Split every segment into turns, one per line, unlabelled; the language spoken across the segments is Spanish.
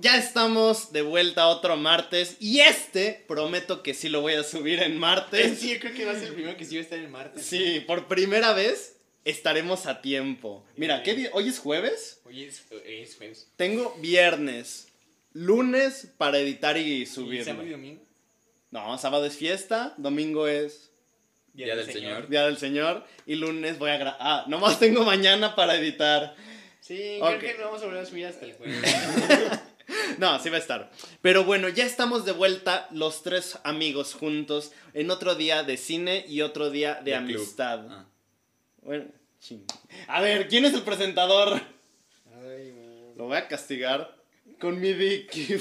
Ya estamos de vuelta otro martes y este prometo que sí lo voy a subir en martes.
Sí, yo creo que va a ser el primero que sí va a estar el martes.
Sí, por primera vez estaremos a tiempo. Mira, ¿qué día- ¿Hoy es jueves?
Oye, es, es jueves.
Tengo viernes, lunes para editar y
¿Y sábado y
subirlo.
domingo?
No, sábado es fiesta, domingo es
Día,
del Señor.
Día del Señor y lunes voy a grabar. Ah, nomás tengo mañana para editar.
Sí,
Ok.
creo que no vamos a volver a subir hasta el jueves.
No, sí va a estar. Pero bueno, ya estamos de vuelta los tres amigos juntos en otro día de cine y otro día de,
club.
amistad.
Ah.
Bueno, ching. A ver, ¿quién es el presentador?
Ay, man.
Lo voy a castigar con mi Vicky.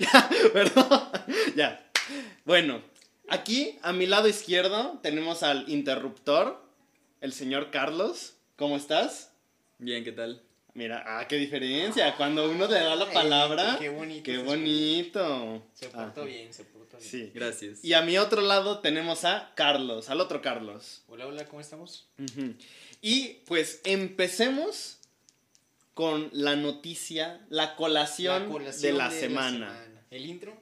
ya, perdón. Ya. Bueno, aquí a mi lado izquierdo tenemos al interruptor, el señor Carlos. ¿Cómo estás?
Bien, ¿qué tal?
Mira, ah, qué diferencia. Cuando uno le da la palabra.
Ay, qué bonito.
Qué
se
bonito.
escucha. Se
Ah,
portó bien, se portó bien.
Sí.
Gracias.
Y a mi otro lado tenemos a Carlos, al otro Carlos.
Hola, hola, ¿cómo estamos?
Ujú. Y pues empecemos con la noticia, la colación, de, la, semana.
¿El intro?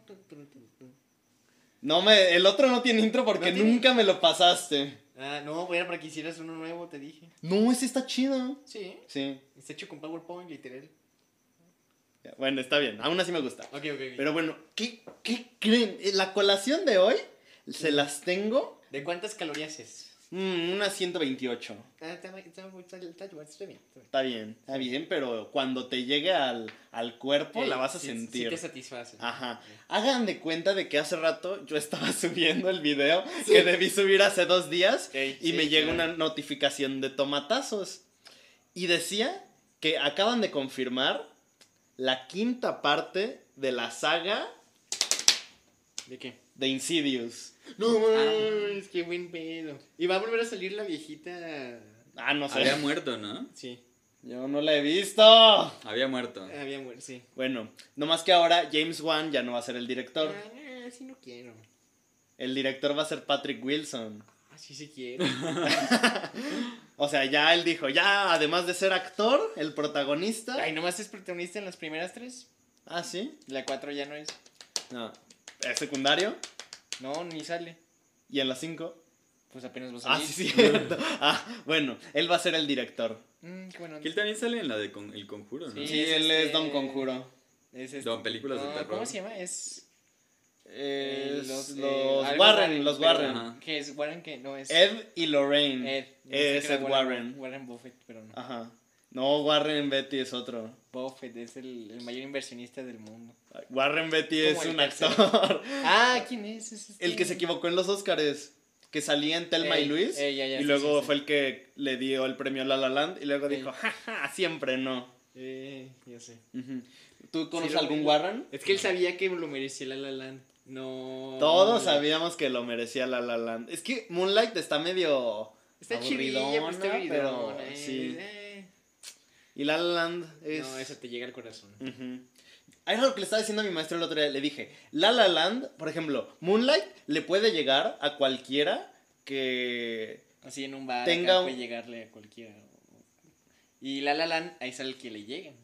No me, el otro no tiene intro porque
No tiene.
nunca me lo pasaste.
Ah, no, era para que hicieras uno nuevo, te dije.
No, ese está chido.
Sí,
Sí.
está hecho con PowerPoint, literal.
Ya, Bueno, está bien. Aún así me gusta.
Ok, ok, ok.
Pero bueno, ¿qué, qué creen? Eh, La colación de hoy se las tengo
¿De cuántas calorías es?
mm, unas 128.
Ah, está, está, está, está, está, está bien, está bien.
Está bien, está bien, pero cuando te llegue al, al cuerpo la vas a
Eh, Sí, sí, Sí,
sentir. Ah,
te satisface.
Ajá. Hagan de cuenta de que hace rato yo estaba subiendo el video que debí subir hace dos días
Ey,
y
sí,
me llega
claro.
una notificación de tomatazos. Y decía que acaban de confirmar la quinta parte de la saga
¿De qué?
de Insidious.
No,
Ah.
es que buen pedo. Y va a volver a salir la viejita.
Ah, no sé.
Había muerto, ¿no?
Sí,
Yo no la he visto.
Había muerto.
Eh,
había muerto, sí.
Bueno, nomás que ahora James Wan ya no va a ser el director.
Ah, no, sí no quiero.
El director va a ser Patrick Wilson.
Ah, sí, sí quiero.
O sea, ya él dijo, ya, además de ser actor, el protagonista.
Ay, nomás es protagonista en las primeras tres.
Ah, sí.
La cuatro ya no es.
No. Es secundario.
No, ni sale.
Y en las 5.
Pues apenas va a
Ah,
salir.
sí, cierto. ah, bueno, él va a ser el director.
Mm, qué bueno.
Que él también sale en la de con- El Conjuro, ¿no?
Sí.
Sí,
es
él
este-
es Don Conjuro.
Es este-
Don Películas de
No,
Terror.
¿Cómo se llama? Es.
Eh,
eh,
los
eh,
los
algo
Warren, los
pero-
Warren.
Ajá.
¿Qué es Warren? que No es.
Ed y Lorraine.
Ed. pensé
es
que era
Ed Warren. Ah.
Warren Buffett, pero no.
Ajá. No, Warren Betty es otro.
Buffett es el, el mayor inversionista del mundo.
Warren Betty
Como
es
el
un
tercero.
actor.
Ah, ¿quién es? Es este-
el que se equivocó en los Oscars. Que salía en Telma
Ey,
y Luis.
ey, ya, ya,
y
sí,
luego
sí, sí.
fue el que le dio el premio a La La Land. Y luego
Ey.
dijo, jaja, siempre no.
Eh, ya sé.
Ujú. ¿Tú conoces
lo
algún
vi.
Warren?
Es que él sabía que lo merecía la La Land. No.
Todos sabíamos que lo merecía La La Land. Es que Moonlight está medio
Está
aburridona,
chidilla, pues, está
pero
aburridona, eh,
sí.
eh.
Y La La Land es...
No, eso te llega al corazón.
Ujú. Ah, Era lo que le estaba diciendo a mi maestro el otro día. Le dije, La La Land, por ejemplo, Moonlight le puede llegar a cualquiera que...
Así en un bar
Tenga
acá
un-
puede llegarle a cualquiera. Y La La Land, ahí sale el que le lleguen.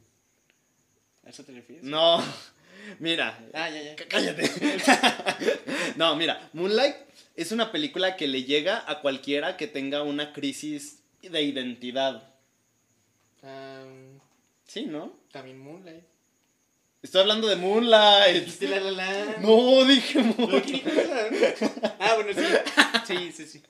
¿A eso te refieres?
No, mira,
Ah, ya, ya.
C- Cállate. no, mira, Moonlight es una película que le llega a cualquiera que tenga una crisis de identidad.
Ah,
Sí, ¿no?
también Moonlight.
Estoy hablando de Moonlight.
¿Viste La La Land?
No, dije
¿Pero qué
Moonlight.
dijo La La Land? Ah, bueno, sí. Sí, sí, sí.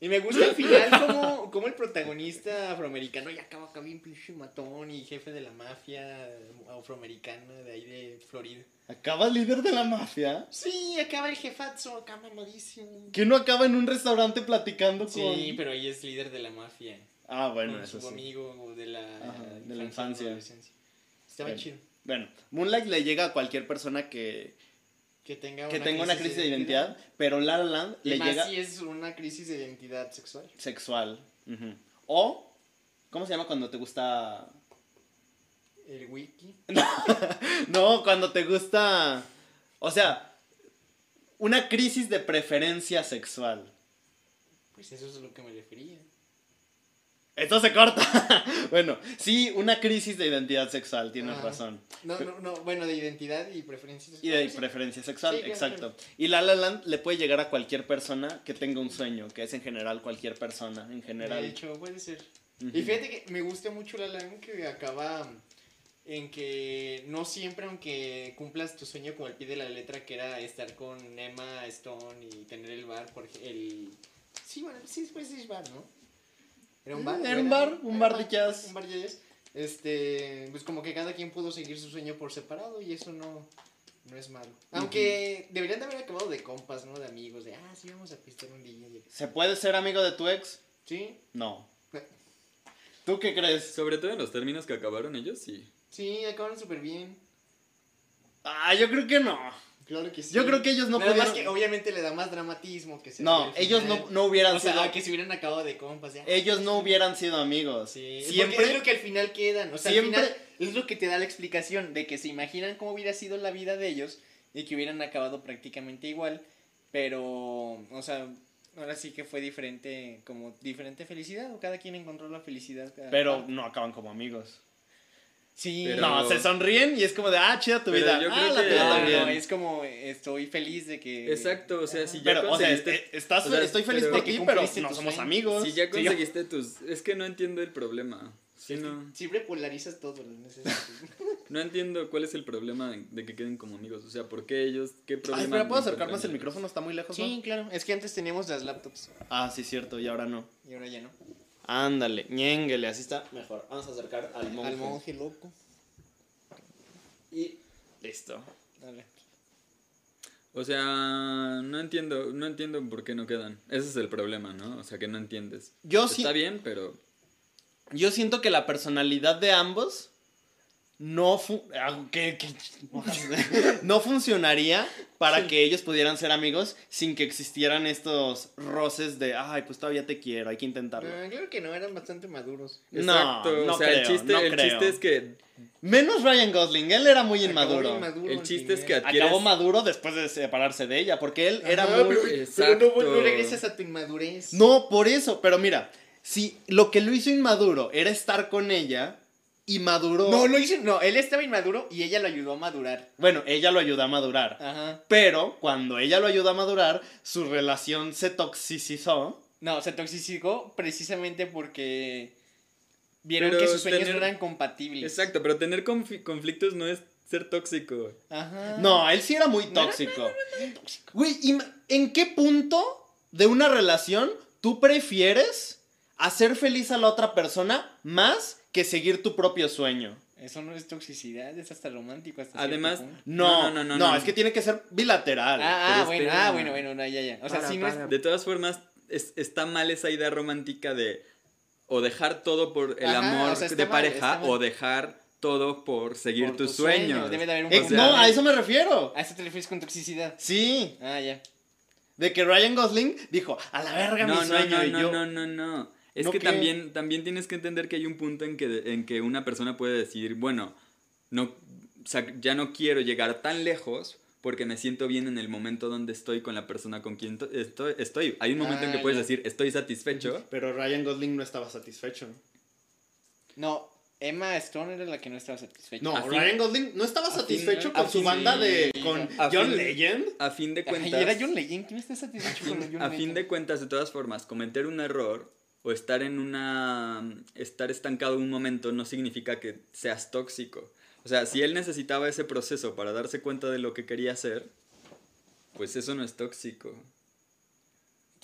Y me gusta al final como, como el protagonista afroamericano ya acaba acá bien pinche matón y jefe de la mafia afroamericana de ahí de Florida.
¿Acaba el líder de la mafia?
Sí, acaba el jefazo acá mamadísimo.
¿Que no acaba en un restaurante platicando con...?
Sí, pero ahí es líder de la mafia.
Ah, bueno,
con
eso
su
sí.
amigo de la,
Ajá, de la
o
infancia.
adolescencia. Está bien
Bueno.
chido.
Bueno, Moonlight le llega a cualquier persona que,
Que tenga,
que tenga una crisis de identidad, pero La La Land
Y
le
más
llega
si es una crisis de identidad sexual.
sexual. Ujú. O, ¿cómo se llama cuando te gusta...?
El wiki.
No, cuando te gusta. O sea, una crisis de preferencia sexual.
Pues eso es a lo que me refería.
Esto se corta. bueno, sí, una crisis de identidad sexual, tienes
Ajá.
razón.
No, no, no, bueno, de identidad y preferencias.
Y de
Sí.
preferencia sexual,
Sí, claro,
exacto. Y La La Land le puede llegar a cualquier persona que tenga un sueño, que es en general cualquier persona, en
De
general.
hecho, puede ser.
Ujú.
Y fíjate que me gusta mucho la LAN que acaba en que no siempre, aunque cumplas tu sueño como el pie de la letra, que era estar con Emma Stone y tener el bar, por ej- el... Sí, bueno, sí, pues es bar, ¿no? Era un bar.
Eh, Era
¿no?
un bar, un bar de jazz.
Un bar de jazz. Este, pues como que cada quien pudo seguir su sueño por separado y eso no, no es malo. Aunque deberían de haber acabado de compas, ¿no? De amigos, de, ah, sí, vamos a pistear un día. y-
¿Se puede ser amigo de tu ex?
Sí,
No. ¿Tú qué crees?
Sobre todo en los términos que acabaron ellos, sí.
sí, acabaron súper bien.
Ah, yo creo que no.
Claro que sí.
Yo creo que ellos no
Nada más
pudieron-
que obviamente le da más dramatismo que se
No, ellos no, no hubieran
O sea,
sido.
que se hubieran acabado de compas. Ya.
Ellos no hubieran sido amigos.
Sí,
Eh, Siempre.
porque es lo que al final quedan. O sea,
Siempre-
al final es lo que te da la explicación de que se imaginan cómo hubiera sido la vida de ellos y que hubieran acabado prácticamente igual. Pero, o sea, ahora sí que fue diferente, como diferente felicidad. O cada quien encontró la felicidad. cada-
Pero no acaban como amigos.
sí,
Pero-
No, se sonríen y es como de, ah, chida tu
Pero
vida.
yo
Ah,
creo
la
que-
tuya
no,
también.
no, es como eh, estoy feliz de que.
Exacto, o sea, si ya
Pero, o sea,
conseguiste
eh, estás,
este- o sea,
estoy feliz
pero-
por
de
que
ti, pero
cumpliste
no
tus
somos
sueños.
amigos.
Si ya
Pues, Sí, yo-
conseguiste tus... Es que no entiendo el problema. Sí, no,
Siempre polarizas todo. ¿no?
no entiendo cuál es el problema de- de que queden como amigos. O sea, ¿por qué ellos? ¿Qué problema?
Ay, espera, ¿puedo
encuentran
acercar más el
ellos?
micrófono? Está muy lejos,
Sí, claro. Es que antes teníamos las laptops
¿no? Ah, sí, cierto, y ahora no.
y ahora ya no.
Ándale, ñénguele, así está mejor. Vamos a acercar al monje.
Al monje loco.
Y listo.
Dale.
O sea, no entiendo, no entiendo por qué no quedan. Ese es el problema, ¿no? O sea, que no entiendes.
Yo, sí,
Está bien, pero
yo siento que la personalidad de ambos no, fu- ah, ¿qué- qué ch- no funcionaría para que ellos pudieran ser amigos sin que existieran estos roces de, ay, pues todavía te quiero, hay que intentarlo.
No, Ah, claro que no, eran bastante maduros.
No,
Exacto,
no
o sea, el
creo,
chiste,
no
el
creo.
chiste es que
Menos Ryan Gosling, él era muy
Acabó
inmaduro.
inmaduro
el
al
chiste es que
final.
adquieres
Acabó maduro después de separarse de ella, porque él era
Ajá,
muy...
pero- Pero
Exacto.
no, vol- no regresas a tu inmadurez.
No, por eso, pero mira, si lo que lo hizo inmaduro era estar con ella y maduró...
No, lo hizo. No, él estaba inmaduro y ella lo ayudó a madurar.
Bueno, ella lo ayudó a madurar.
Ajá.
Pero cuando ella lo ayudó a madurar, su relación se toxicizó.
No, se toxicó precisamente porque vieron
Pero
que sus sueños
tener-
no eran compatibles.
Exacto, pero tener confi- conflictos no es ser tóxico.
Ajá.
No, él sí era muy
No era
tóxico. Güey, im- ¿en qué punto de una relación tú prefieres hacer feliz a la otra persona más que seguir tu propio sueño?
Eso no es toxicidad, es hasta romántico. Hasta cierto
Además,
punto.
No, no, no, no, es que tiene que ser bilateral.
Ah, ah,
pero este
bueno,
espera.
ah, bueno, bueno, no, ya, ya. O sea,
Para,
si no es
para.
De todas formas, es- está mal esa idea romántica de o dejar todo por el
Ajá,
amor
o sea, está
de
mal,
pareja
está mal.
o dejar todo por seguir
por
tus
tu
sueños.
Debe de haber un
Ex-
o sea,
no, a eso me refiero.
¿A eso te refieres con toxicidad?
Sí,
Ah, ya.
de que Ryan Gosling dijo, a la verga
no,
mi
no,
sueño.
no,
y
no,
yo,
no, no, no. Es
¿No
que
qué?
también, también tienes que entender que hay un punto en que, de- en que una persona puede decir, bueno, no, sac- ya no quiero llegar tan lejos porque me siento bien en el momento donde estoy con la persona con quien to- estoy. estoy. Hay un momento en
Ah,
que puedes
ya.
decir, estoy satisfecho.
Pero Ryan Gosling no estaba satisfecho.
No, Emma Stone era la que no estaba satisfecha.
No,
A fin-
Ryan Gosling no estaba
fin-
satisfecho
a
con su
fin-
banda de. con
a
John
fin-
Legend.
A fin de
Ay,
cuentas...
era John Legend. ¿Quién está satisfecho con John
a fin
Legend?
de cuentas, de todas formas, cometer un error o estar en una. estar estancado un momento no significa que seas tóxico. O sea, si él necesitaba ese proceso para darse cuenta de lo que quería hacer, pues eso no es tóxico.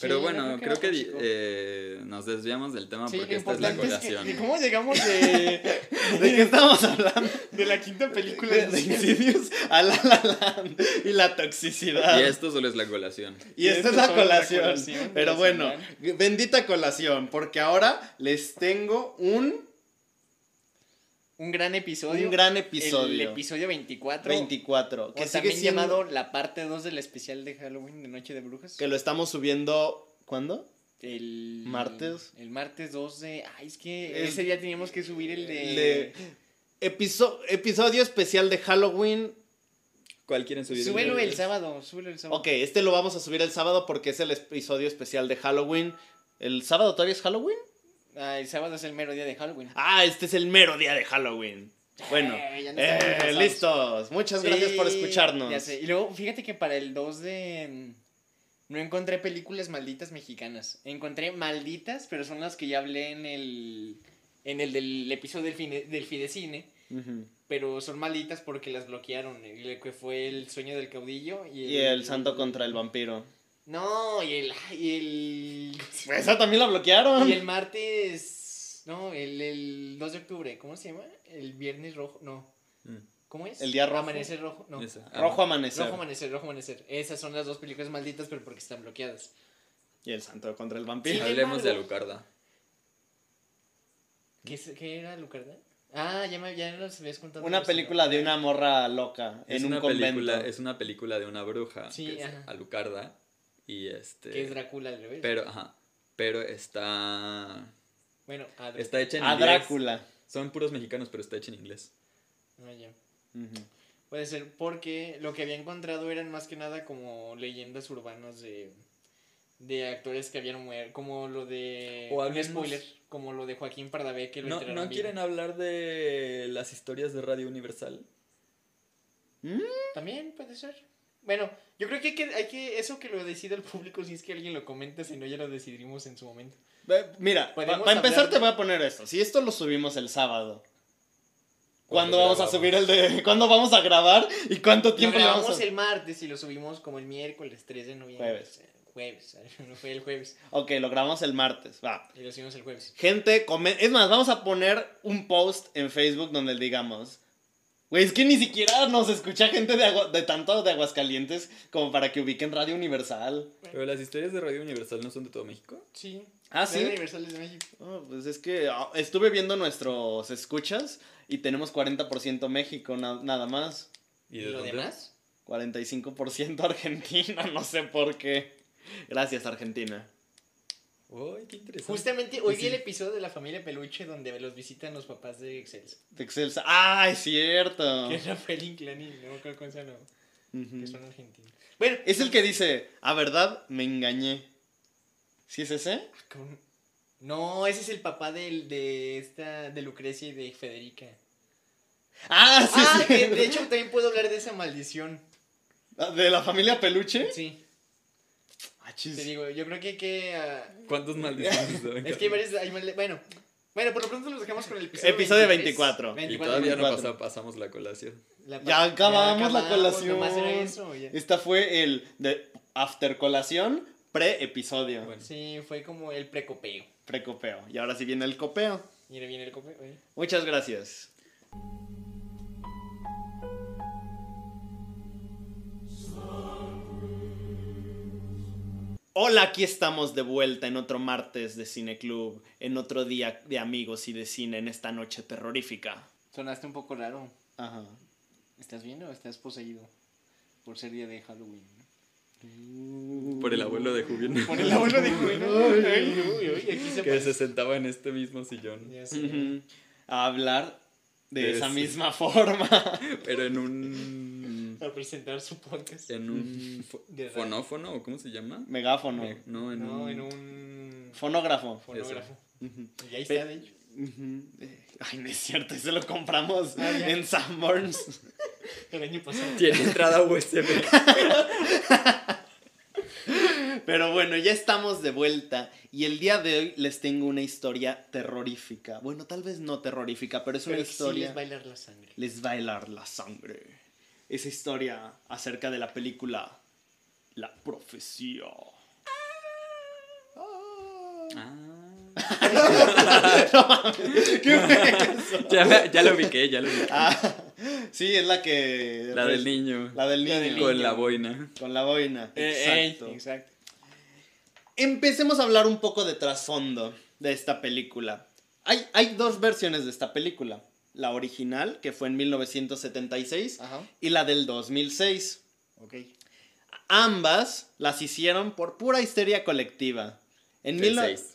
Pero
Sí,
bueno,
no
creo que,
era
di-
tóxico.
eh, nos desviamos del tema
Sí, lo
porque esta es la
importante es
colación.
que, ¿cómo llegamos de,
¿De qué estamos hablando?
de la quinta película?
De, de Insidious a La La Land y la toxicidad.
Y esto solo es la colación.
Y
Y
esta
esto
es la
solo es la
colación.
colación
Pero bueno,
nacional.
bendita colación, porque ahora les tengo un,
Un gran episodio.
un gran
El
episodio.
episodio 24.
24.
Que
Que
o
sigue
también
siendo-
llamado la parte 2 del especial de Halloween de Noche de Brujas.
Que lo estamos subiendo. ¿Cuándo?
El
¿Martes?
El martes 2 de. Ay, es que
El-
ese día teníamos que subir el
Le-
de.
episo- episodio especial de Halloween
¿Cuál quieren subir?
Súbelo el
ustedes?
sábado, súbelo el sábado.
Ok, este lo vamos a subir el sábado porque es el episodio especial de Halloween. ¿El sábado todavía es Halloween?
Ah, el sábado es el mero día de Halloween.
Ah, este es el mero día de Halloween. Bueno,
Eh, ya nos
eh,
estamos cansados.
listos. Muchas gracias por
Sí,
escucharnos.
ya sé. Y luego, fíjate que para el 2 de. mm, No encontré películas malditas mexicanas. Encontré malditas, pero son las que ya hablé en el. En el del episodio del, fine- del Fidecine.
Ujú.
Pero son malditas porque las bloquearon. El que fue el sueño del caudillo y el.
Y el santo contra el vampiro.
No, y el. Y el.
Esa también la bloquearon.
Y el martes. No, el, el 2 de octubre. ¿Cómo se llama? El viernes rojo. No.
Mm.
¿Cómo es?
El día rojo.
Amanecer rojo. No.
Esa. Ah,
Rojo amanecer.
Rojo Amanecer, Rojo Amanecer. Esas son las dos películas malditas, pero porque están bloqueadas.
Y el santo contra el vampiro.
Sí.
Hablemos de
embargo-
Alucarda.
¿Qué, es- qué era Lucarda? Ah, ya, me, ya nos habías contado.
Una
eso.
película de una morra loca
Es
en un
una
convento.
película, es una película de una bruja
Sí,
que es
ajá.
Alucarda y este
Que es Drácula al revés.
pero ajá, pero está
bueno, a Drácula.
está hecha en
A
inglés.
Ah, Drácula.
Son puros mexicanos, pero está hecha en inglés.
No, ya.
Ujú.
Puede ser porque lo que había encontrado eran más que nada como leyendas urbanas de, de actores que habían muerto, como lo de...
O
un
hablemos-
spoiler, como lo de Joaquín Pardavé que lo
No,
enteraron
¿No
vivo.
quieren hablar de las historias de Radio Universal?
También puede ser. Bueno, yo creo que hay, que hay que eso que lo decida el público si es que alguien lo comenta, si no ya lo decidiremos en su momento.
Ve- Mira, para
Podemos
empezar
hablar-
te voy a poner esto. Si esto lo subimos el sábado, ¿cuándo
¿Cuándo
vamos a
grabamos?
subir el de... ¿Cuándo vamos a grabar? ¿Y cuánto
Lo
tiempo le vamos
grabamos
a...?
el martes y lo subimos como el miércoles 3 de noviembre.
Jueves.
Jueves, no fue el jueves.
Ok, lo grabamos el martes, va.
Y lo subimos el jueves.
Gente, comen... Es más, vamos a poner un post en Facebook donde digamos... Güey, es que ni siquiera nos escucha gente de, Agua- de tanto de Aguascalientes como para que ubiquen Radio Universal.
Pero las historias de Radio Universal no son de todo México.
Sí.
Ah, ¿sí?
Universales de México.
Oh, pues es que ah, estuve viendo nuestros escuchas y tenemos 40% México na- nada más.
¿Y, lo
dónde?
demás?
45% Argentina, no sé por qué. Gracias, Argentina.
Uy, qué interesante.
Justamente hoy
Sí,
vi el
sí.
episodio de la familia Peluche donde los visitan los papás de Excelsa.
Excelsa. ¡Ah, Mm. es cierto!
Que es Rafael Inclán y no creo que sea no,
Ujú.
que son argentinos. Bueno,
Es el que dice, a verdad, me engañé. ¿Sí es ese?
Ah, cabrón. No, ese es el papá del, de esta de Lucrecia y de Federica.
¡Ah, sí!
ah,
sí.
que de hecho también puedo hablar de esa maldición.
Ah, ¿De la familia Peluche?
Sí,
Ah,
te
chis.
digo, yo creo que hay que ah,
¿Cuántos maldiciones saben
Es
cada
que hay
uno?
varias. hay mal- bueno, bueno, por lo pronto nos dejamos con el episodio.
Episodio 24.
24.
Y
24,
todavía no
24.
pasa- pasamos la colación.
La pa-
Ya acabamos la colación.
nomás era eso, ya.
Esta fue el de after colación pre-episodio.
Bueno.
Sí, fue como el precopeo.
Precopeo. Y ahora sí viene el copeo.
Mira bien el copeo. eh.
Muchas gracias. Hola, aquí estamos de vuelta en otro martes de Cineclub, en otro día de amigos y de cine en esta noche terrorífica.
Sonaste un poco raro.
Ajá.
¿Estás bien o estás poseído? Por ser día de Halloween. ¿no?
Por el abuelo de Jubien.
Por el abuelo de Juvenal. Ay, uy, uy, aquí se
que
parece.
se sentaba en este mismo sillón.
Ya sé.
Ujú. A hablar de,
De
esa
ese.
misma forma.
Pero en un.
A presentar su podcast.
En un. fo-
De radio.
¿Fonófono o cómo se llama? Eh,
Megáfono.
No, en
No,
un.
en un
Fonógrafo.
fonógrafo.
Ujú.
Y ahí
Pe-
está, de hecho.
Ujú. Eh, Ay, no es cierto, ese lo compramos
Ah, ya.
en Sanborns.
El año pasado.
Tiene entrada USB.
Pero bueno, ya estamos de vuelta y el día de hoy les tengo una historia terrorífica. Bueno, tal vez no terrorífica, pero es una
Pero sí
historia...
les bailar la sangre.
les va a helar la sangre. Esa historia acerca de la película La Profecía.
Ah,
¿Qué fue eso?
ya, ya lo ubiqué, ya lo ubiqué.
Ah, sí, es la que...
La del niño.
La del
La del Eh,
niño.
Con la boina.
Con la boina.
Exacto.
Eh, Exacto.
exacto.
Empecemos a hablar un poco de trasfondo de esta película. Hay, hay dos versiones de esta película. La original, que fue en 1976,
Ajá.
y la del 2006.
Ok.
Ambas las hicieron por pura histeria colectiva. En
Del
mil-
seis.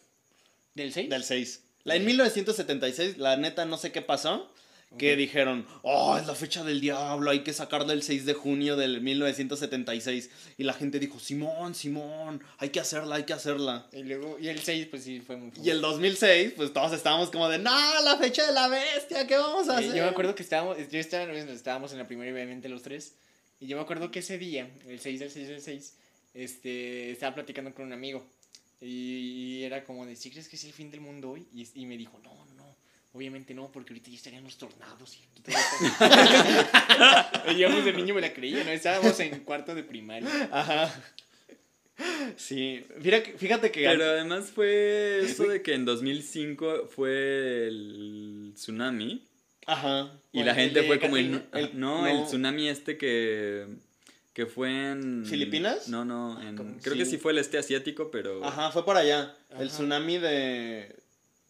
¿Del 6?
Del 6. La, en 1976, la neta, no sé qué pasó. que dijeron, oh, es la fecha del diablo, hay que sacarla el 6 de junio del 1976. Y la gente dijo, Simón, Simón, hay que hacerla, hay que hacerla.
Y luego, y el 6, pues sí, fue muy
Y el 2006, pues todos estábamos como de, no, la fecha de la bestia, ¿qué vamos a
Eh,
hacer?
yo me acuerdo que estábamos, yo estaba, estábamos en la primera y obviamente los tres. Y yo me acuerdo que ese día, el 6 del 6 del 6, este, estaba platicando con un amigo. Y, y era como de, ¿sí crees que es el fin del mundo hoy? Y, y me dijo, no, no, no. Obviamente no, porque ahorita ya estarían los tornados. Y, aquí todo está-". y yo pues, de niño me la creía, ¿no? Estábamos en cuarto de primaria.
Ajá. Sí, mira que- fíjate que...
Pero además fue eso de que en 2005 fue el tsunami.
Ajá.
Y
Bueno,
la gente
el de
fue como el,
Katrina.
el-
El-
no,
no.
el tsunami este que que fue en
¿Filipinas?
No, no, en-
¿cómo?
creo que
Sí.
sí fue el este asiático, pero
Ajá, fue para allá. El
Ajá.
tsunami de...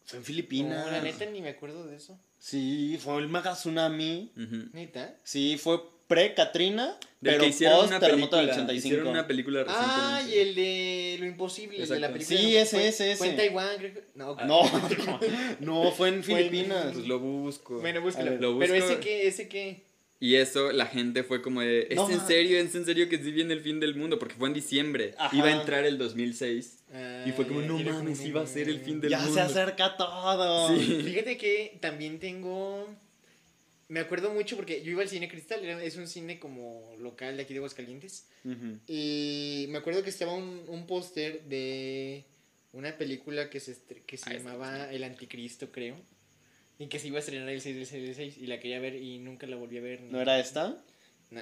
Fue en Filipinas.
No, la neta ni me acuerdo de eso.
Sí, fue el mega tsunami.
Ujú.
¿Neta?
Sí, fue pre-Katrina,
Del
pero
que hicieron una
post-terremoto
película,
del 85.
hicieron una película
Ah,
recientemente.
y el de Lo Imposible, el de la
Exacto.
película.
Sí,
de-
ese,
fue-
ese,
Fue en
ese.
Taiwán, creo que- No,
Ah,
No, no, no, fue en
Fue en-
Filipinas.
Pues lo busco.
Bueno, búscalo.
A ver,
lo
Pero
busco.
ese que, ese que.
Y eso la gente fue como de, es
No
en
ma-
serio, es en serio que sí viene el fin del mundo, porque fue en diciembre.
Ajá.
Iba a entrar el 2006.
Ah,
Y fue como,
ya,
no
era
mames,
como,
iba a ser el fin del
ya
mundo.
se acerca todo.
Sí.
Fíjate que también tengo. Me acuerdo mucho porque yo iba al cine Cristal, era- es un cine como local de aquí de Aguascalientes.
Ujú.
Y me acuerdo que estaba un, un póster de una película que se, estre- que se
Ah,
llamaba El Anticristo, creo. Y que se iba a estrenar el 6 del 6 del 6 y la quería ver y nunca la volví a ver. ni-
¿No era esta?
No.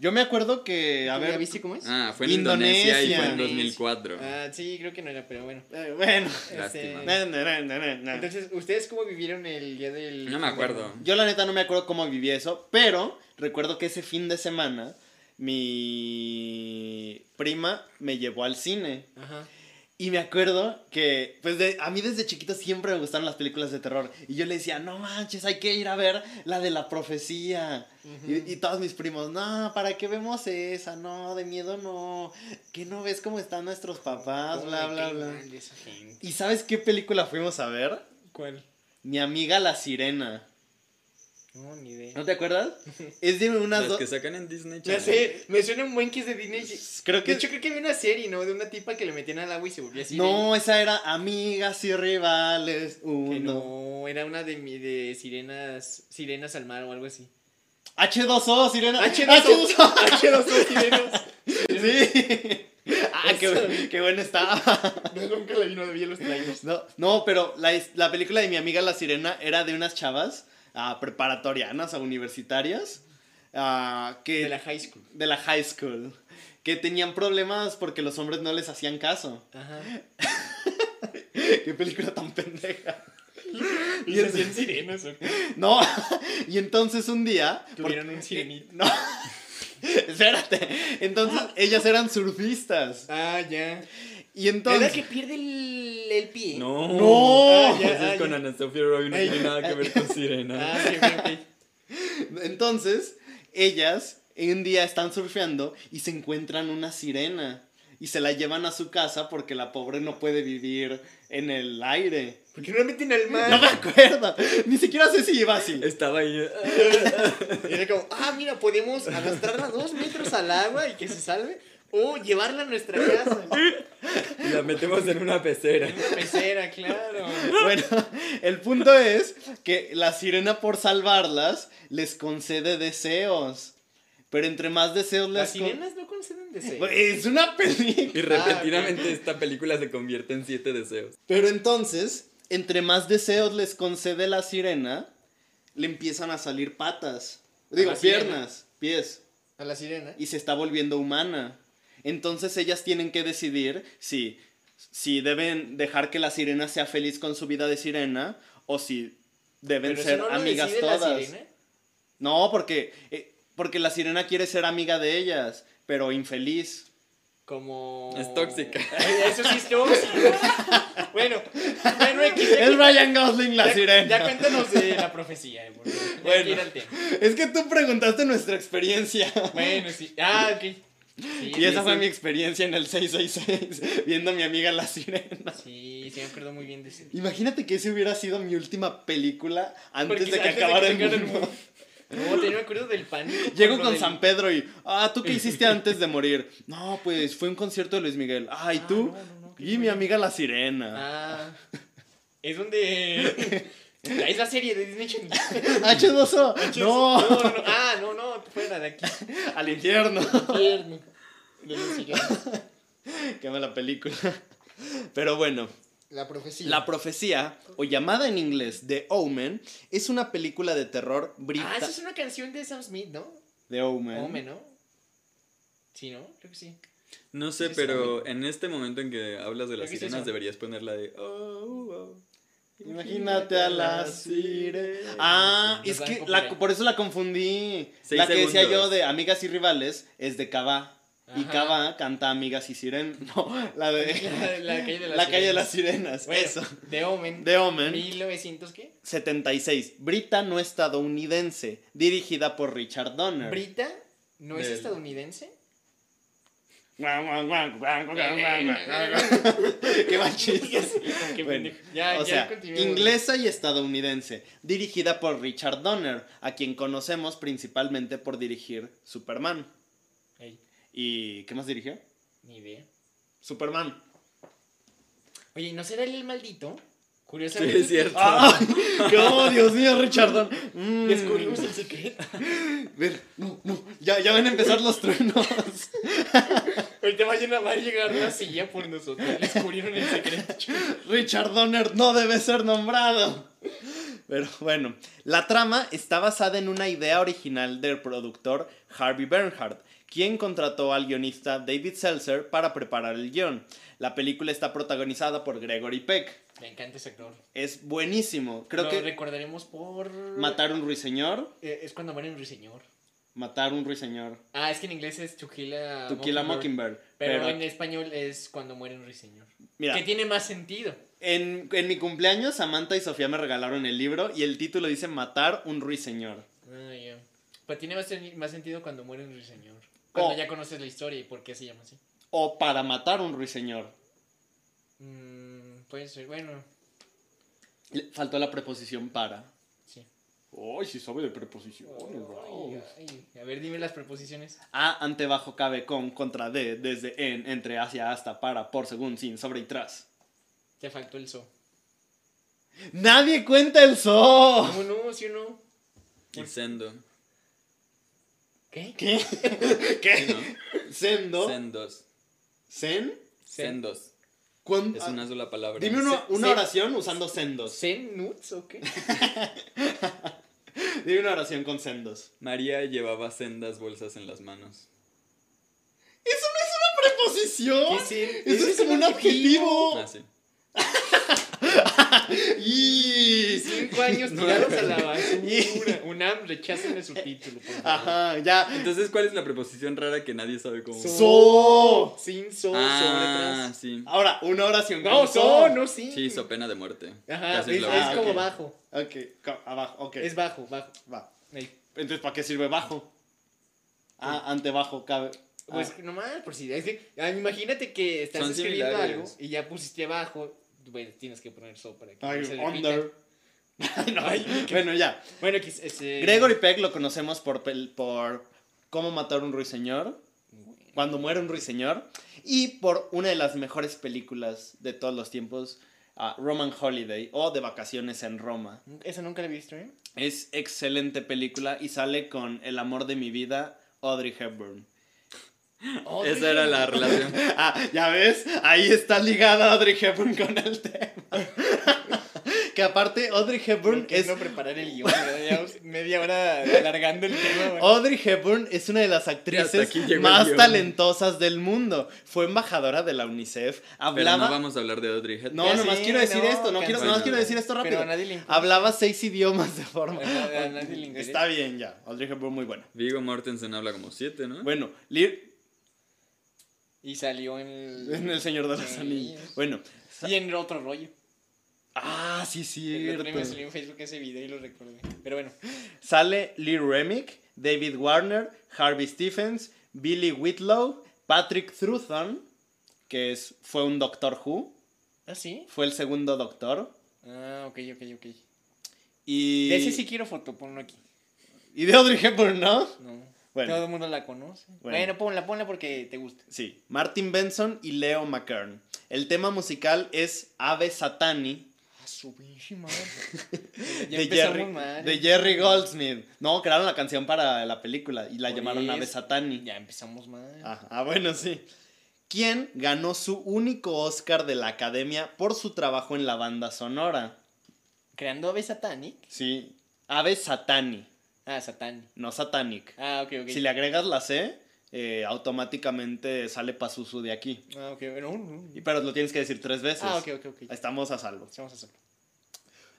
Yo me acuerdo que, a
¿Tú ¿La
ver,
viste cómo es?
Ah, fue en Indonesia, y fue en
Indonesia.
2004.
Ah, sí, creo que no era, pero bueno.
eh, bueno.
Lástima.
Este,
Na, na, na, na, na.
Entonces, ¿ustedes cómo vivieron el día del.?
No me acuerdo.
Yo la neta no me acuerdo cómo viví eso, pero recuerdo que ese fin de semana mi prima me llevó al cine.
Ajá.
Y me acuerdo que, pues, de- a mí desde chiquito siempre me gustaron las películas de terror. Y yo le decía, no manches, hay que ir a ver la de la profecía. y, y todos mis primos, no, ¿para qué vemos esa? No, de miedo no. ¿Qué no ves cómo están nuestros papás?
Cómo
ah, Bla,
me
bla,
cae
bla.
mal de esa gente.
¿Y sabes qué película fuimos a ver?
¿Cuál?
Mi amiga la sirena.
No, ni idea.
¿No te acuerdas? Es de unas
Las
dos.
que sacan en Disney
Ya
Channel.
sé, me suena un buen que es de Disney.
Creo
De
que.
hecho, creo que había una serie, ¿no? De una tipa que le metían al agua y se volvía así.
No, esa era Amigas y Rivales.
Que
Uno.
no, era una de, mi- de sirenas sirenas al mar o algo así.
H2O, sirena.
H2O.
ah,
H2O sirenas.
Sí. Ah, qué,
Eso.
bu- qué bueno está.
No, nunca la vi, no vi los trailers.
No, no, pero la, es- la película de mi amiga La Sirena era de unas chavas ah, preparatorianas, a universitarias, ah, que,
De la high school.
de la high school, que tenían problemas porque los hombres no les hacían caso.
Ajá.
Qué película tan pendeja.
Y se hacían sirenas, ¿o qué?
No, y entonces un día...
Tuvieron
porque-
un sirenito.
No. Espérate. Entonces ellas eran surfistas.
Ah, ya.
Y
¿Es la
entonces...
que pierde el, el pie?
No.
No.
Ah, ya,
Esa
ah,
es con
ya.
Ana Sofía Roy, no
Ay.
tiene nada que ver con Sirena.
Ah, sí, ok, ok.
Entonces, ellas un día están surfeando y se encuentran una sirena. Y se la llevan a su casa porque la pobre no puede vivir en el aire.
¿Por qué no la meten al mar?
No me acuerdo. Ni siquiera sé si iba así.
Estaba ahí.
Y era como, ah, mira, podemos arrastrarla dos metros al agua y que se salve. O llevarla a nuestra casa.
y La metemos en una pecera.
Una pecera, claro.
Bueno, el punto es que la sirena por salvarlas les concede deseos. Pero entre más deseos
Las
les con-
sirenas no conceden deseos.
Es una
Y
película.
repentinamente esta película se convierte en siete deseos.
Pero entonces, entre más deseos les concede la sirena, le empiezan a salir patas. Digo,
la sirena.
piernas, pies.
A la sirena.
Y se está volviendo humana. Entonces ellas tienen que decidir si, si deben dejar que la sirena sea feliz con su vida de sirena o si deben
Pero eso
ser
no lo
amigas
decide la
todas.
sirena.
no, porque, eh, porque la sirena quiere ser amiga de ellas, pero infeliz.
Como.
Es tóxica.
Ay, Eso sí es tóxico. bueno, bueno, X. ya-
Es Ryan Gosling la
ya-
sirena.
Ya cuéntanos de la profecía. eh, por favor. Ya
Bueno.
ir al tema.
Es que tú preguntaste nuestra experiencia.
Bueno, sí. Ah, ok. Sí,
Y esa
sí,
fue
sí.
mi experiencia en el 666, viendo a mi amiga La Sirena.
Sí, sí, me acuerdo muy bien de ese.
Imagínate que esa hubiera sido mi última película antes de
Porque
que
antes de que
acabara
acabara
el
el
mundo.
mundo. No, te- yo me acuerdo del pánico.
Llego
por lo
con
del-
San Pedro y, ah, ¿tú qué hiciste antes de morir? No, pues fue un concierto de Luis Miguel. Ah, ¿y
Ah,
tú?
no, no, no, qué
y mi amiga La Sirena.
Ah. Es donde. Ah, Es la serie de Disney Channel.
"Ah, H2O.
No,
No,
no, no. Ah, no, no, fuera de aquí.
al infierno.
Infierno. De los sillones.
Qué mala película. Pero bueno,
La profecía.
La Profecía, o llamada en inglés The Omen, es una película de terror
Ah, esa
británica.
es una canción de Sam Smith, ¿no?
The Omen.
Hombre, ¿no? Sí, ¿no? Creo que sí.
No sé,
Sí, sí,
pero en este momento en que hablas de
Creo
las
que sí,
sirenas
sí.
deberías ponerla de... "Oh, oh, oh".
Imagínate a la sirena. Ah,
Nos
es
van a
que la-
confundir.
por eso la confundí.
Seis
la que decía
segundos.
yo de Amigas y Rivales es de Cava. Y
Ajá.
Cava canta Amigas y Sirenas. No, la de.
La, calle de
La,
las
calle de las
sirenas.
sirenas.
Bueno,
Eso.
The Omen.
The Omen
1900, ¿qué?
76. Brita no estadounidense. Dirigida por Richard Donner.
Brita no es
Del-
estadounidense. Eh,
Qué mal chiste.
Ah, Qué
Bueno,
pendejo. ya,
o
ya
sea,
continúa.
inglesa y estadounidense, dirigida por Richard Donner, a quien conocemos principalmente por dirigir Superman.
Ey,
¿Y qué más dirigió?
ni idea.
Superman.
Oye, ¿no será él el maldito?
Sí,
Curiosamente.
es cierto.
¡Ah! ¡Oh, Dios mío, Richard Donner! Mm.
Descubrimos el secreto.
Ver, no, no, ya, ya van a empezar los truenos.
Ahorita va a llenar- va a llegar una silla por nosotros. Descubrieron el secreto.
Richard Donner no debe ser nombrado. Pero bueno, la trama está basada en una idea original del productor Harvey Bernhardt, quien contrató al guionista David Seltzer para preparar el guión. La película está protagonizada por Gregory Peck.
Me encanta ese actor.
Es buenísimo. Creo
Lo
que
recordaremos por.
matar un ruiseñor,
Eh, es cuando muere un ruiseñor.
matar un ruiseñor,
Ah, es que en inglés es To Kill a
to kill a mockingbird.
Ah, Pero,
Pero,
en español es cuando muere un ruiseñor.
mira,
Que tiene más sentido.
en, en mi cumpleaños Samantha y Sofía me regalaron el libro y el título dice matar un ruiseñor.
Ah, ya. Pero tiene más, sen- más sentido cuando muere un ruiseñor. Cuando
Oh.
ya conoces la historia y por qué se llama así.
O para matar un ruiseñor.
Mm, puede ser, bueno.
Le faltó la preposición para.
Sí.
Ay, sí sabe de preposiciones.
Ay, ay. A ver, dime las preposiciones.
A, ante, bajo, cabe, con, contra, de, desde, en, entre, hacia, hasta, para, por, según, sin, sobre y tras.
Te faltó el so.
¡Nadie cuenta el so!
¿Cómo no? ¿Sí o no?
Y sendo.
¿Qué?
¿Qué?
Sí,
¿Qué?
¿no?
¿Sendo?
Sendos.
¿Sen?
Sendos.
¿Cuán-
Es
ah,
una sola palabra.
Dime una, una
sen-
oración usando sendos.
¿Zen nuts o qué?
Dime una oración con sendos.
María llevaba sendas bolsas en las manos.
¡Eso no es una preposición!
¿Qué zen?
¡Eso es como un adjetivo! Ah,
Ah, sí.
¡Y!
Cinco años
No,
tirados a
pero-
la basura. UNAM, rechácenle su título, por favor.
Ajá, ya.
Entonces, ¿cuál es la preposición rara que nadie sabe cómo?
So.
Sin so,
ah, sí.
Ahora, una oración
sobre tras.
con
No, so, no, sí.
Sí, so pena de muerte.
Ajá, es,
Casi lo
es
mismo.
como
ok.
bajo.
Ok, co- abajo, ok.
Es bajo, bajo.
Va.
Ahí.
Entonces, ¿para qué sirve bajo? Ah, ante bajo cabe. Ah,
Pues nomás, por si. Es que, ah, imagínate que estás
Son
escribiendo
similares.
algo y ya pusiste bajo. Bueno, tienes que poner so para que
ay,
no se repita.
under. No, bueno, ya.
Bueno, que es- ese-
Gregory Peck lo conocemos por, pel- por cómo matar un ruiseñor, cuando muere un ruiseñor, y por una de las mejores películas de todos los tiempos, ah, Roman Holiday o De Vacaciones en Roma.
Eso nunca lo he visto, ¿eh?
Es excelente película y sale con El amor de mi vida, Audrey Hepburn.
Esa era la relación.
Ah, ya ves, ahí está ligada Audrey Hepburn con el tema. que aparte Audrey Hepburn
es
es
no preparar el guión. ¿verdad? Llevamos media hora alargando el tema. güey.
Audrey Hepburn es una de las
Ya hasta
actrices
aquí llegó el
más
guión.
talentosas del mundo. Fue embajadora de la UNICEF,
Pero no
hablaba
vamos a hablar de Audrey Hepburn.
No,
Ya
nomás
sé,
quiero decir
no,
esto, no quiero
cabrón.
nomás quiero decir esto
Pero
rápido.
a nadie le importa.
Hablaba seis idiomas de forma.
A- a- a nadie le interesa.
Está bien ya. Audrey Hepburn muy buena.
Vigo Mortensen habla como siete, ¿no?
Bueno, Lear
Y salió en el...
en El Señor de los Anillos. Bueno,
Y en otro rollo.
Ah, sí, sí.
El otro día me salió en Facebook ese video y lo recordé. Pero bueno,
Sale Lee Remick, David Warner, Harvey Stephens, Billy Whitlow, Patrick Troughton, que es, fue un Doctor Who,
¿ah, sí?
fue el segundo Doctor.
Ah, ok, ok, ok.
Y,
De ese sí quiero foto, ponlo aquí.
y de Audrey Hepburn, ¿no?
No.
Bueno.
Todo el mundo la conoce.
Bueno.
Bueno, ponla, ponla porque te gusta.
Sí, Martin Benson y Leo McKern. El tema musical es Ave Satani
A su pinche madre. ya
de
empezamos
Jerry,
mal.
de Jerry Goldsmith. No, crearon la canción para la película y la
Por
llamaron Ave
eso.
Satani.
Ya empezamos mal.
Ah, ah, bueno, sí. ¿Quién ganó su único Oscar de la Academia por su trabajo en la banda sonora?
Creando Ave Satanic.
Sí, Ave Satani,
Ah, Satanic.
no Satanic.
Ah, ok, ok.
Si le agregas la C, eh, automáticamente sale Pazuzu de aquí.
Ah, ok, bueno. no,
Y-
no.
Pero lo tienes que decir tres veces.
Ah, ok, ok, ok.
Estamos a salvo.
Vamos a hacerlo.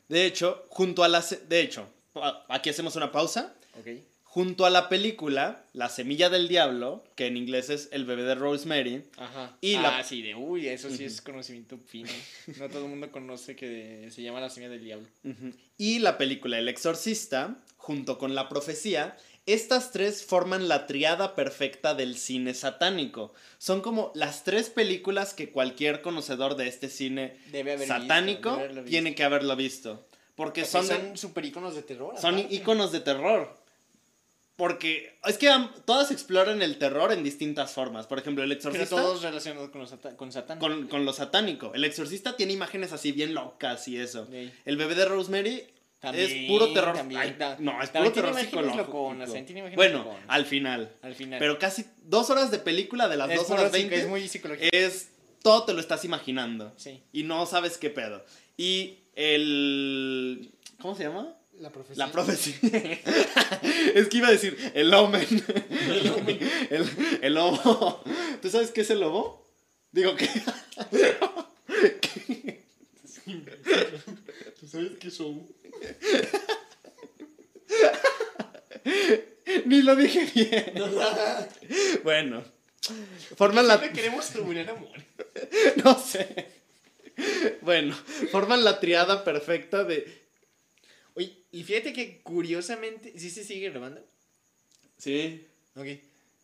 De hecho, junto a la... ce- De hecho, pa- aquí hacemos una pausa.
Ok.
Junto a la película La Semilla del Diablo, que en inglés es El bebé de Rosemary,
Ajá.
Y
ah,
la-
sí, de uy, eso sí es
Ujú.
conocimiento fino. No todo el mundo conoce que se llama la semilla del diablo.
Ujú. Y la película El Exorcista, junto con La Profecía, estas tres forman la triada perfecta del cine satánico. Son como las tres películas que cualquier conocedor de este cine
Debe haber
satánico tiene que haberlo visto. Porque
que
son,
son,
de-
super íconos de terror.
son
aparte.
íconos de terror. Porque es que am- todas exploran el terror en distintas formas. Por ejemplo, El
Pero
Exorcista
todos relacionados con, los sata- con Satán.
con, con lo satánico. El Exorcista tiene imágenes así bien locas y eso.
Ey.
El bebé de Rosemary es
También,
puro terror.
también,
ay,
ta-
no, es puro
también tiene
terror
imágenes
psicológico.
loconas, también tiene imágenes
bueno,
loconas.
al final.
Al final.
Pero casi dos horas de película de las
es
dos
puro
horas
psico-
veinte eh,
Es muy psicológico.
es todo te lo estás imaginando
sí.
y no sabes qué pedo. Y el ¿cómo se llama?
La profecía.
La profecía. es que iba a decir el omen. el, el lobo. ¿Tú sabes qué es el lobo? Digo que
¿Sabes qué son?
ni lo dije bien. Bueno. Forman la
Siempre queremos terminar amor.
No sé. Bueno, forman la triada perfecta de.
Oye, y fíjate que curiosamente. ¿Sí se sigue grabando?
Sí.
Ok.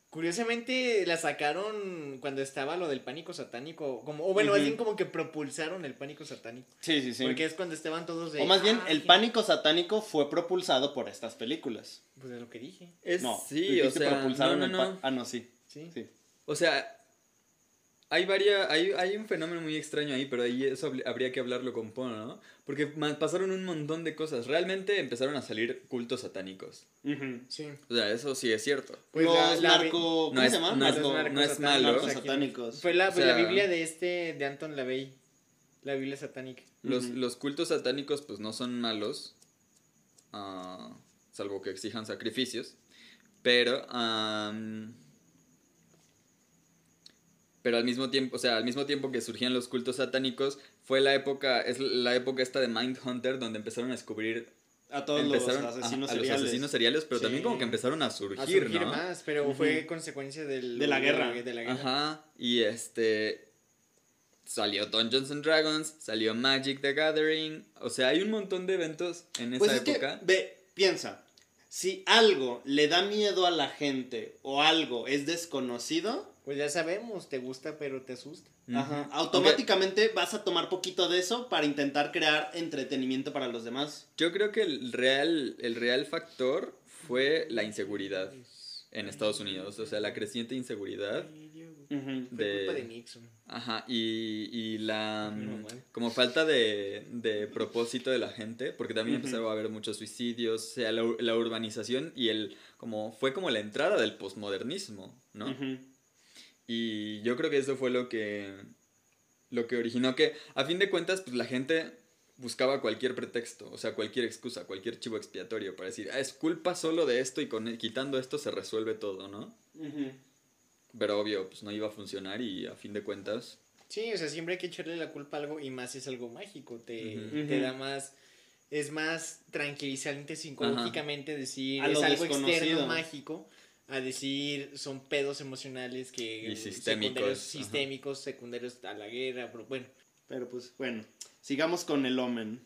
Curiosamente la sacaron cuando estaba lo del pánico satánico. Como, o bueno,
Ujú.
más bien como que propulsaron el pánico satánico.
Sí, sí, sí.
Porque es cuando estaban todos de.
o más bien,
"Ah,
el
qué-".
pánico satánico fue propulsado por estas películas.
Pues de lo que dije.
Es,
No,
sí, o
dijiste
sea,
propulsaron
no,
el
no,
pa-
no.
Ah, no, sí.
Sí.
sí.
O sea, hay varias, hay, hay un fenómeno muy extraño ahí, pero ahí eso habl- habría que hablarlo con Pono, ¿no? Porque ma- pasaron un montón de cosas. Realmente empezaron a salir cultos satánicos.
Ujú.
Sí.
O sea, eso sí es cierto.
Pues
Los
la- la-
narco. ¿Cómo
no es-
se llama?
no es-
Narco-
no es
narcosatánicos
malo.
aquí.
Narcosatánicos.
Fue la, pues,
O sea-
la Biblia de este, de Anton LaVey. La Biblia satánica.
Los,
Ujú.
los cultos satánicos pues no son malos, ah, salvo que exijan sacrificios, pero... am, pero al mismo tiempo, o sea, al mismo tiempo que surgían los cultos satánicos, fue la época, es la época esta de Mindhunter donde empezaron a descubrir
A todos
empezaron
los
ajá,
asesinos
a los
seriales.
asesinos seriales, pero también
Sí.
como que empezaron a surgir,
A surgir
¿no?
más, pero
Ujú.
fue consecuencia del,
De la guerra.
De, la guerra.
Ajá, y este salió Dungeons and Dragons, salió Magic the Gathering, o sea, hay un montón de eventos en esa
Pues es
época.
que, ve, piensa. Si algo le da miedo a la gente o algo es desconocido,
Pues ya sabemos, te gusta pero te asusta.
Ujú.
Ajá.
Aunque
Automáticamente vas a tomar poquito de eso para intentar crear entretenimiento para los demás.
yo creo que el real, el real factor fue la inseguridad en Estados Unidos, o sea, la creciente inseguridad.
Fue
de-
culpa de Nixon.
Ajá, y, y la
Mi
mm,
mamá.
como falta de, de propósito de la gente, porque también
Ujú.
empezó a haber muchos suicidios, o sea, la, ur- la urbanización y el como fue como la entrada del posmodernismo, ¿no?
Ujú.
Y yo creo que eso fue lo que. Lo que originó que, a fin de cuentas, pues la gente buscaba cualquier pretexto, o sea, cualquier excusa, cualquier chivo expiatorio para decir, "Ah, es culpa solo de esto y con, e, quitando esto se resuelve todo, ¿no?
Ujú.
Pero obvio, pues no iba a funcionar y a fin de cuentas.
Sí, o sea, siempre hay que echarle la culpa a algo y más si es algo mágico, te,
Ujú.
te
Ujú.
da más, es más tranquilizante psicológicamente decir
A
es
lo
algo
desconocido.
externo mágico a decir son pedos emocionales que
Y sistémicos,
secundarios,
ajá.
sistémicos secundarios a la guerra, pero bueno,
Pero pues bueno, sigamos con el Omen.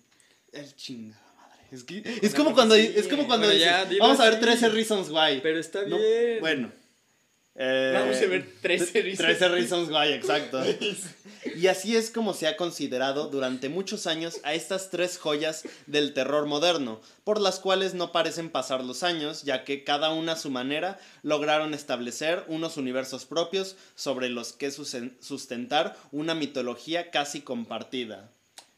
El chinga. madre. Es, que, es,
Bueno,
como cuando,
sí.
es como cuando
pues Bueno, ya,
dices,
dilo
vamos a ver
así.
13 Reasons Why.
Pero está
No,
bien.
Bueno. Eh,
Vamos a ver 13 reasons.
13 Reasons Why, exacto. Y así es como se ha considerado durante muchos años a estas tres joyas del terror moderno, por las cuales no parecen pasar los años, ya que cada una a su manera lograron establecer unos universos propios sobre los que susen- sustentar una mitología casi compartida.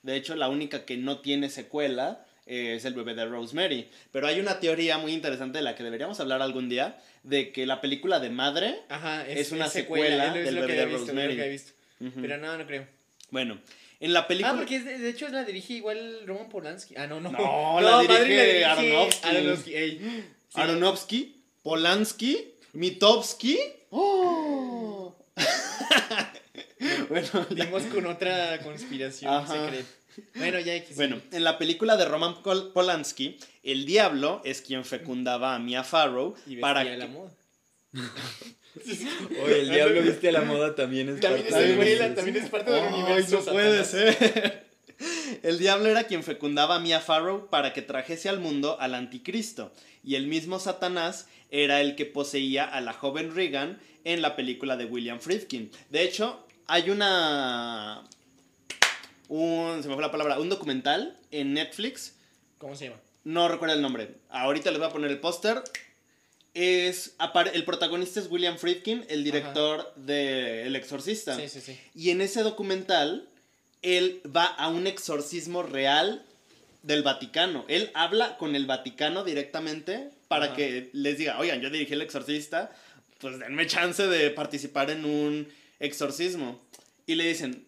De hecho, la única que no tiene secuela eh, es el bebé de Rosemary. Pero hay una teoría muy interesante de la que deberíamos hablar algún día, de que la película de Madre...
Ajá,
Es una secuela
es
del
lo que
bebé de
había visto, es lo que
Rosemary.
había visto.
Ujú.
Pero no, no creo.
Bueno, en la película...
Ah, porque es de, de hecho la dirige igual Roman Polanski. Ah, no, no.
No, la dirige
Madrid
Aronofsky.
Aronofsky, ey. Sí.
Aronofsky, Polanski, Mitowski. ¡Oh! bueno, la-
Dimos con otra conspiración
Ajá.
secreta. Bueno, ya X.
bueno, en la película de Roman Pol- Polanski, el diablo es quien fecundaba a Mia Farrow
Y vestía
para
la
que-
moda.
Oye, el diablo viste a la moda también es
También es, Oh,
parte de-
secuela, también es parte del
Ay,
universo.
no
Satanás.
puede ser. El diablo era quien fecundaba a Mia Farrow para que trajese al mundo al anticristo, y el mismo Satanás era el que poseía a la joven Regan en la película de William Friedkin. De hecho, hay una un se me fue la palabra, un documental en Netflix
¿Cómo se llama?
no recuerdo el nombre. Ahorita les voy a poner el póster. Es, apare- el protagonista es William Friedkin, el director de El Exorcista.
Sí, sí, sí.
Y en ese documental, él va a un exorcismo real del Vaticano. Él habla con el Vaticano directamente para
Ajá.
que les diga, oigan, yo dirigí el exorcista, pues denme chance de participar en un exorcismo. Y le dicen,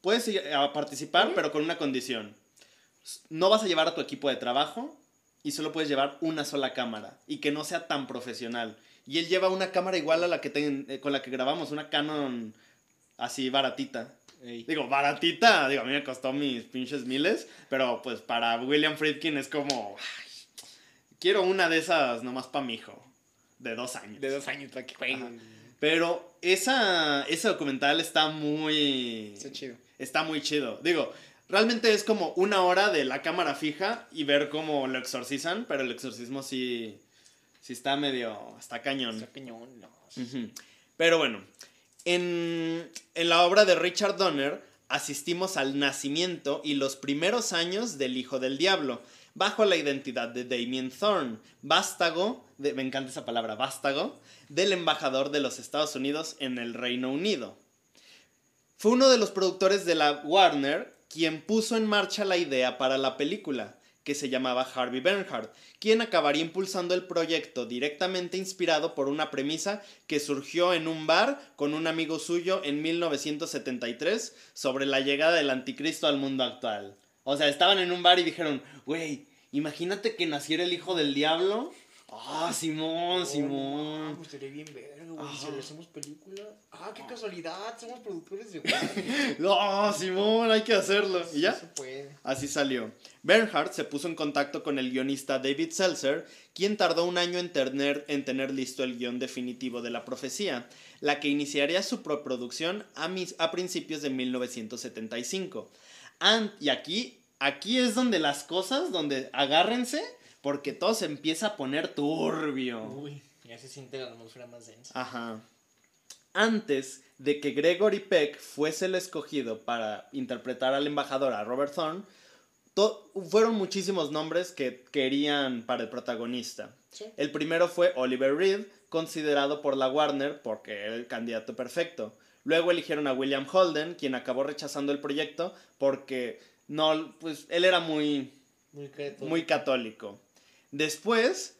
puedes ir a participar, pero con una condición. No vas a llevar a tu equipo de trabajo y solo puedes llevar una sola cámara y que no sea tan profesional. Y él lleva una cámara igual a la que ten- eh, con la que grabamos, una Canon así baratita. Digo, baratita, digo, a mí me costó mis pinches miles, pero pues para William Friedkin es como, "Ay, quiero una de esas nomás para mi hijo, de dos años.
De dos años para que jueguen.
Pero esa, ese documental está muy...
Está chido.
Está muy chido. Digo, realmente es como una hora de la cámara fija y ver cómo lo exorcizan, pero el exorcismo sí, sí está medio, está cañón.
Está cañón, no.
Ujú. Pero bueno, en, en la obra de Richard Donner asistimos al nacimiento y los primeros años del Hijo del Diablo, bajo la identidad de Damien Thorne, vástago, de, me encanta esa palabra, vástago, del embajador de los Estados Unidos en el Reino Unido. Fue uno de los productores de la Warner quien puso en marcha la idea para la película, que se llamaba Harvey Bernhardt, quien acabaría impulsando el proyecto directamente inspirado por una premisa que surgió en un bar con un amigo suyo en 1973 sobre la llegada del anticristo al mundo actual. O sea, estaban en un bar y dijeron, güey, imagínate que naciera el hijo del diablo. Ah,
Oh,
Simón, Simón.
Pues sería bien verga, güey. Si
Ajá.
le hacemos película. Ah, qué casualidad. Somos productores de Warner.
No, Ah, Simón, hay que hacerlo. ¿Y ya?
Sí se puede.
Así salió. Bernhardt se puso en contacto con el guionista David Seltzer, quien tardó un año en tener, en tener listo el guión definitivo de La Profecía, la que iniciaría su preproducción a, mis- a principios de 1975. An- y aquí, aquí es donde las cosas, donde agárrense, porque todo se empieza a poner turbio.
Uy, ya se siente la atmósfera más densa.
Ajá. Antes de que Gregory Peck fuese el escogido para interpretar al embajador a Robert Thorne, to- fueron muchísimos nombres que querían para el protagonista.
Sí.
El primero fue Oliver Reed, considerado por la Warner porque era el candidato perfecto. Luego eligieron a William Holden, quien acabó rechazando el proyecto porque no, pues él era muy
Muy creativo.
muy católico. Después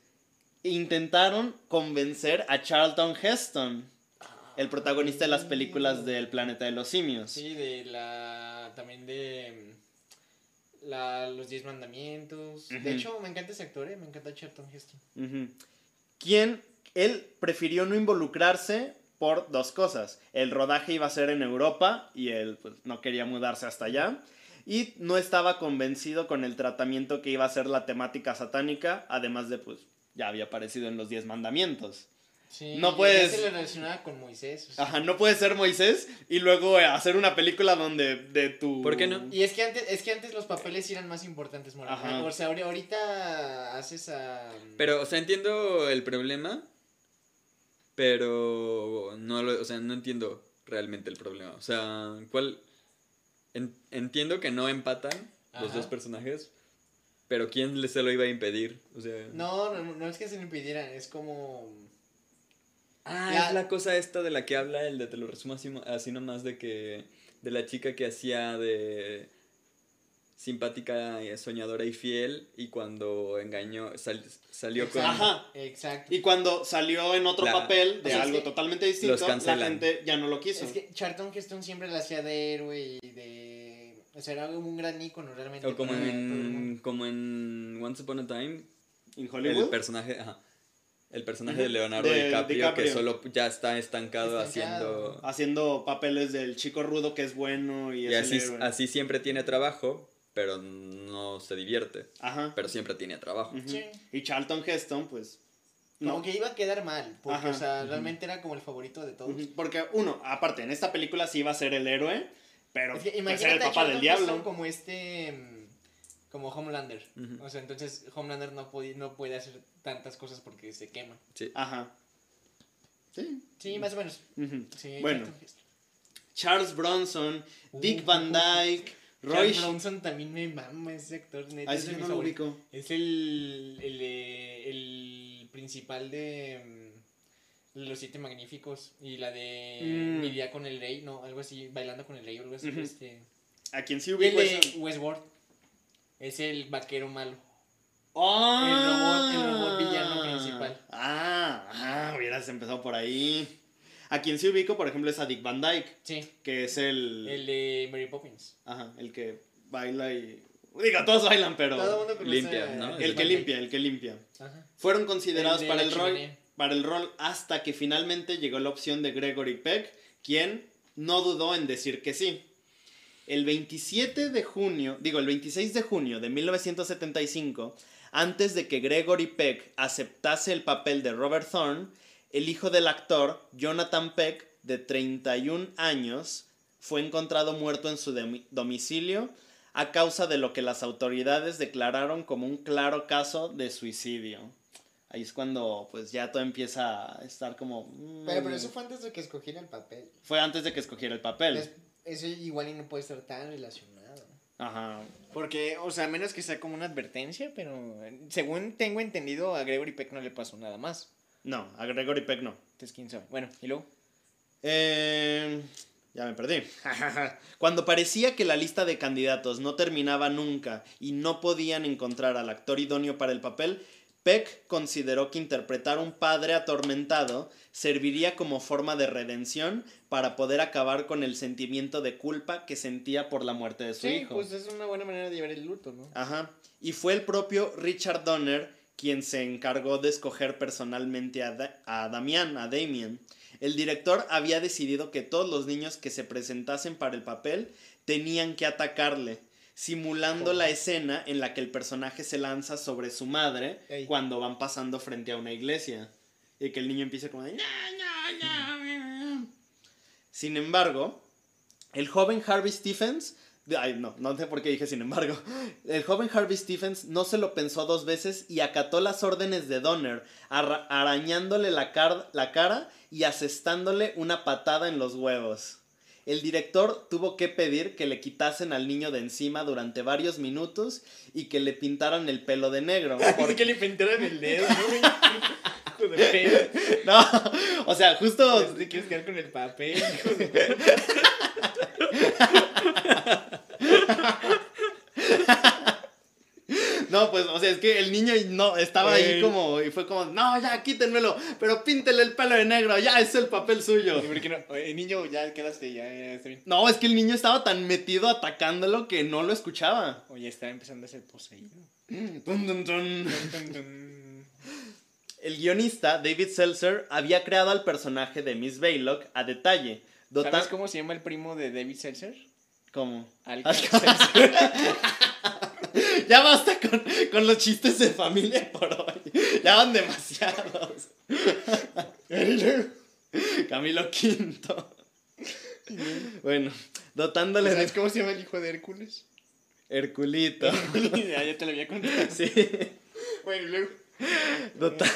intentaron convencer a Charlton Heston,
Ah.
el protagonista de las películas del planeta de los simios.
Sí, de la. También de. mm, La, los Diez Mandamientos.
Ujú.
De hecho, me encanta ese actor, eh, me encanta Charlton Heston.
Ujú. Quien él prefirió no involucrarse por dos cosas. El rodaje iba a ser en Europa y él pues, no quería mudarse hasta allá. Y no estaba convencido con el tratamiento que iba a ser la temática satánica, además de pues ya había aparecido en los Diez Mandamientos.
Sí,
No
y
puedes-
Ya se lo relacionaba con Moisés. o sea.
Ajá, no puedes ser Moisés y luego eh, hacer una película donde de tu...
¿Por qué no?
Y es que antes, es que antes los papeles eran más importantes, Morena.
Ajá.
O sea, ahori- ahorita haces a. mm,
Pero, o sea, entiendo el problema, pero no lo, o sea, no entiendo realmente el problema. O sea, ¿cuál? en- entiendo que no empatan los
Ajá.
dos personajes, pero ¿quién le- se lo iba a impedir? O sea,
No, no, no es que se lo impidieran, es como. mm,
Ah,
La-
es la cosa esta de la que habla el de te lo resumo así, mo- así nomás de que de la chica que hacía de simpática, eh, soñadora y fiel y cuando engañó sal- salió con
Exacto,
Ajá.
Exacto.
Y cuando salió en otro
La-
papel de
o sea, es
algo
que
totalmente distinto,
los
la
cancelan.
gente ya no lo quiso.
Es que Charlton Heston siempre la hacía de héroe y de. O sea, era un gran ícono realmente.
o como
para todo el mundo.
en como en Once Upon a Time
en
el
Hollywood.
personaje ajá, el personaje
Ujú.
de Leonardo
De-
DiCaprio,
DiCaprio.
que solo ya está estancado,
Estancado.
haciendo
Haciendo papeles del chico rudo que es bueno y,
y,
es el
así
héroe.
así siempre tiene trabajo pero no se divierte
Ajá.
pero siempre tiene trabajo
Ujú.
Sí.
Y Charlton Heston, pues.
Como
No.
que iba a quedar mal, porque,
Ajá.
o sea,
Ujú.
realmente era como el favorito de todos.
Ujú, Porque, uno, aparte, en esta película sí iba a ser el héroe, pero
Es que
pues, era el
imagínate a
papá del
Charlton Heston
diablo.
como este. mm, Como Homelander.
Ujú.
O sea, entonces Homelander no, podía, no puede hacer tantas cosas porque se quema.
sí
Ajá. Sí.
Sí, más o menos.
ujú.
Sí,
Bueno.
Charlton Heston.
Charles Bronson, Dick
Uh.
Van Dyke, Roy.
Charles Bronson también me mama ese actor, neta.
Ahí
es
sí
de
no
mis
lo
favoritos.
ubico.
Es el, el, eh, el principal de mm, Los Siete Magníficos y la de
Mm.
Mi Día con el Rey, no, algo así, Bailando con el Rey o algo así.
Ujú.
este.
A quien sí
Y el
ubico
de
es.
Westworld. Es el vaquero malo.
¡Ah!
el robot villano principal.
Ah, ah, hubieras empezado por ahí. A quien sí ubico, por ejemplo, es a Dick Van Dyke,
Sí,
que es el.
el de Mary Poppins.
Ajá, el que baila y. Diga, todos bailan, pero.
Todo mundo conoce
limpia,
a-
¿no?
El que
Ajá.
limpia, el que limpia.
Ajá.
Fueron considerados
El de
para
la
el rol
chimenea.
para el rol hasta que finalmente llegó la opción de Gregory Peck, quien no dudó en decir que sí. El 27 de junio, digo el 26 de junio de 1975, antes de que Gregory Peck aceptase el papel de Robert Thorne, el hijo del actor, Jonathan Peck, de 31 años, fue encontrado muerto en su domi- domicilio a causa de lo que las autoridades declararon como un claro caso de suicidio. Ahí es cuando pues ya todo empieza a estar como... mm,
Pero, pero eso fue antes de que escogiera el papel.
fue antes de que escogiera el papel.
Es- Eso igual y no puede estar tan relacionado.
Ajá.
Porque, o sea, a menos que sea como una advertencia, pero eh, según tengo entendido, a Gregory Peck no le pasó nada más.
No, a Gregory Peck no.
Entonces, quién sabe. Bueno, y luego.
Eh, ya me perdí. Cuando parecía que la lista de candidatos no terminaba nunca y no podían encontrar al actor idóneo para el papel, Peck consideró que interpretar un padre atormentado serviría como forma de redención para poder acabar con el sentimiento de culpa que sentía por la muerte de su hijo.
pues es una buena manera de llevar el luto, ¿no?
Ajá. Y fue el propio Richard Donner quien se encargó de escoger personalmente a, Da- a Damián, a Damien. El director había decidido que todos los niños que se presentasen para el papel tenían que atacarle, simulando
Joder.
la escena en la que el personaje se lanza sobre su madre
Ey.
cuando van pasando frente a una iglesia. Y que el niño empieza como de... "No, no, no". Sin embargo, el joven Harvey Stephens... Ay, no, no sé por qué dije sin embargo. El joven Harvey Stephens no se lo pensó dos veces y acató las órdenes de Donner, arra- arañándole la, car- la cara y asestándole una patada en los huevos. El director tuvo que pedir que le quitasen al niño de encima durante varios minutos y que le pintaran el pelo de negro. porque-
le pintaron el dedo, ¿no? Hijo de pedo.
No, o sea, justo
te quieres quedar con el papel.
No, pues, o sea, es que el niño no estaba ahí
Ey.
como, y fue como, no, ya, quítenmelo, pero píntele el pelo de negro, ya, es el papel suyo.
niño, ya quedaste, ya, ya está bien.
No, es que el niño estaba tan metido atacándolo que no lo escuchaba.
Oye, está empezando a ser poseído. Mm,
Tun, tun, tun.
Dun, dun.
El guionista, David Seltzer, había creado al personaje de Miss Baylock a detalle. dotan-
¿Sabes cómo se llama el primo de David Seltzer?
¿Cómo?
Al
Ya basta con, con los chistes de familia por hoy. Ya van demasiados. Camilo Quinto. Bueno, dotándole de
¿Sabes cómo se llama el hijo de Hércules?
Herculito.
eh, ya, ya te lo había contado.
Sí.
Bueno, y luego.
dota-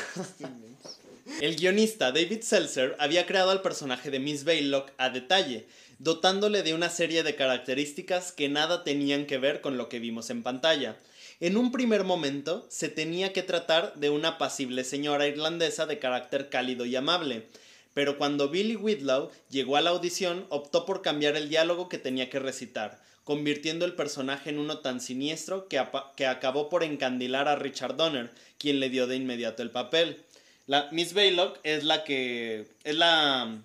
El guionista David Seltzer había creado al personaje de Miss Baylock a detalle, dotándole de una serie de características que nada tenían que ver con lo que vimos en pantalla. En un primer momento, se tenía que tratar de una apacible señora irlandesa de carácter cálido y amable, pero cuando Billy Whitlow llegó a la audición, optó por cambiar el diálogo que tenía que recitar, convirtiendo el personaje en uno tan siniestro que, apa- que acabó por encandilar a Richard Donner, quien le dio de inmediato el papel. La Miss Baylock es la que. es la.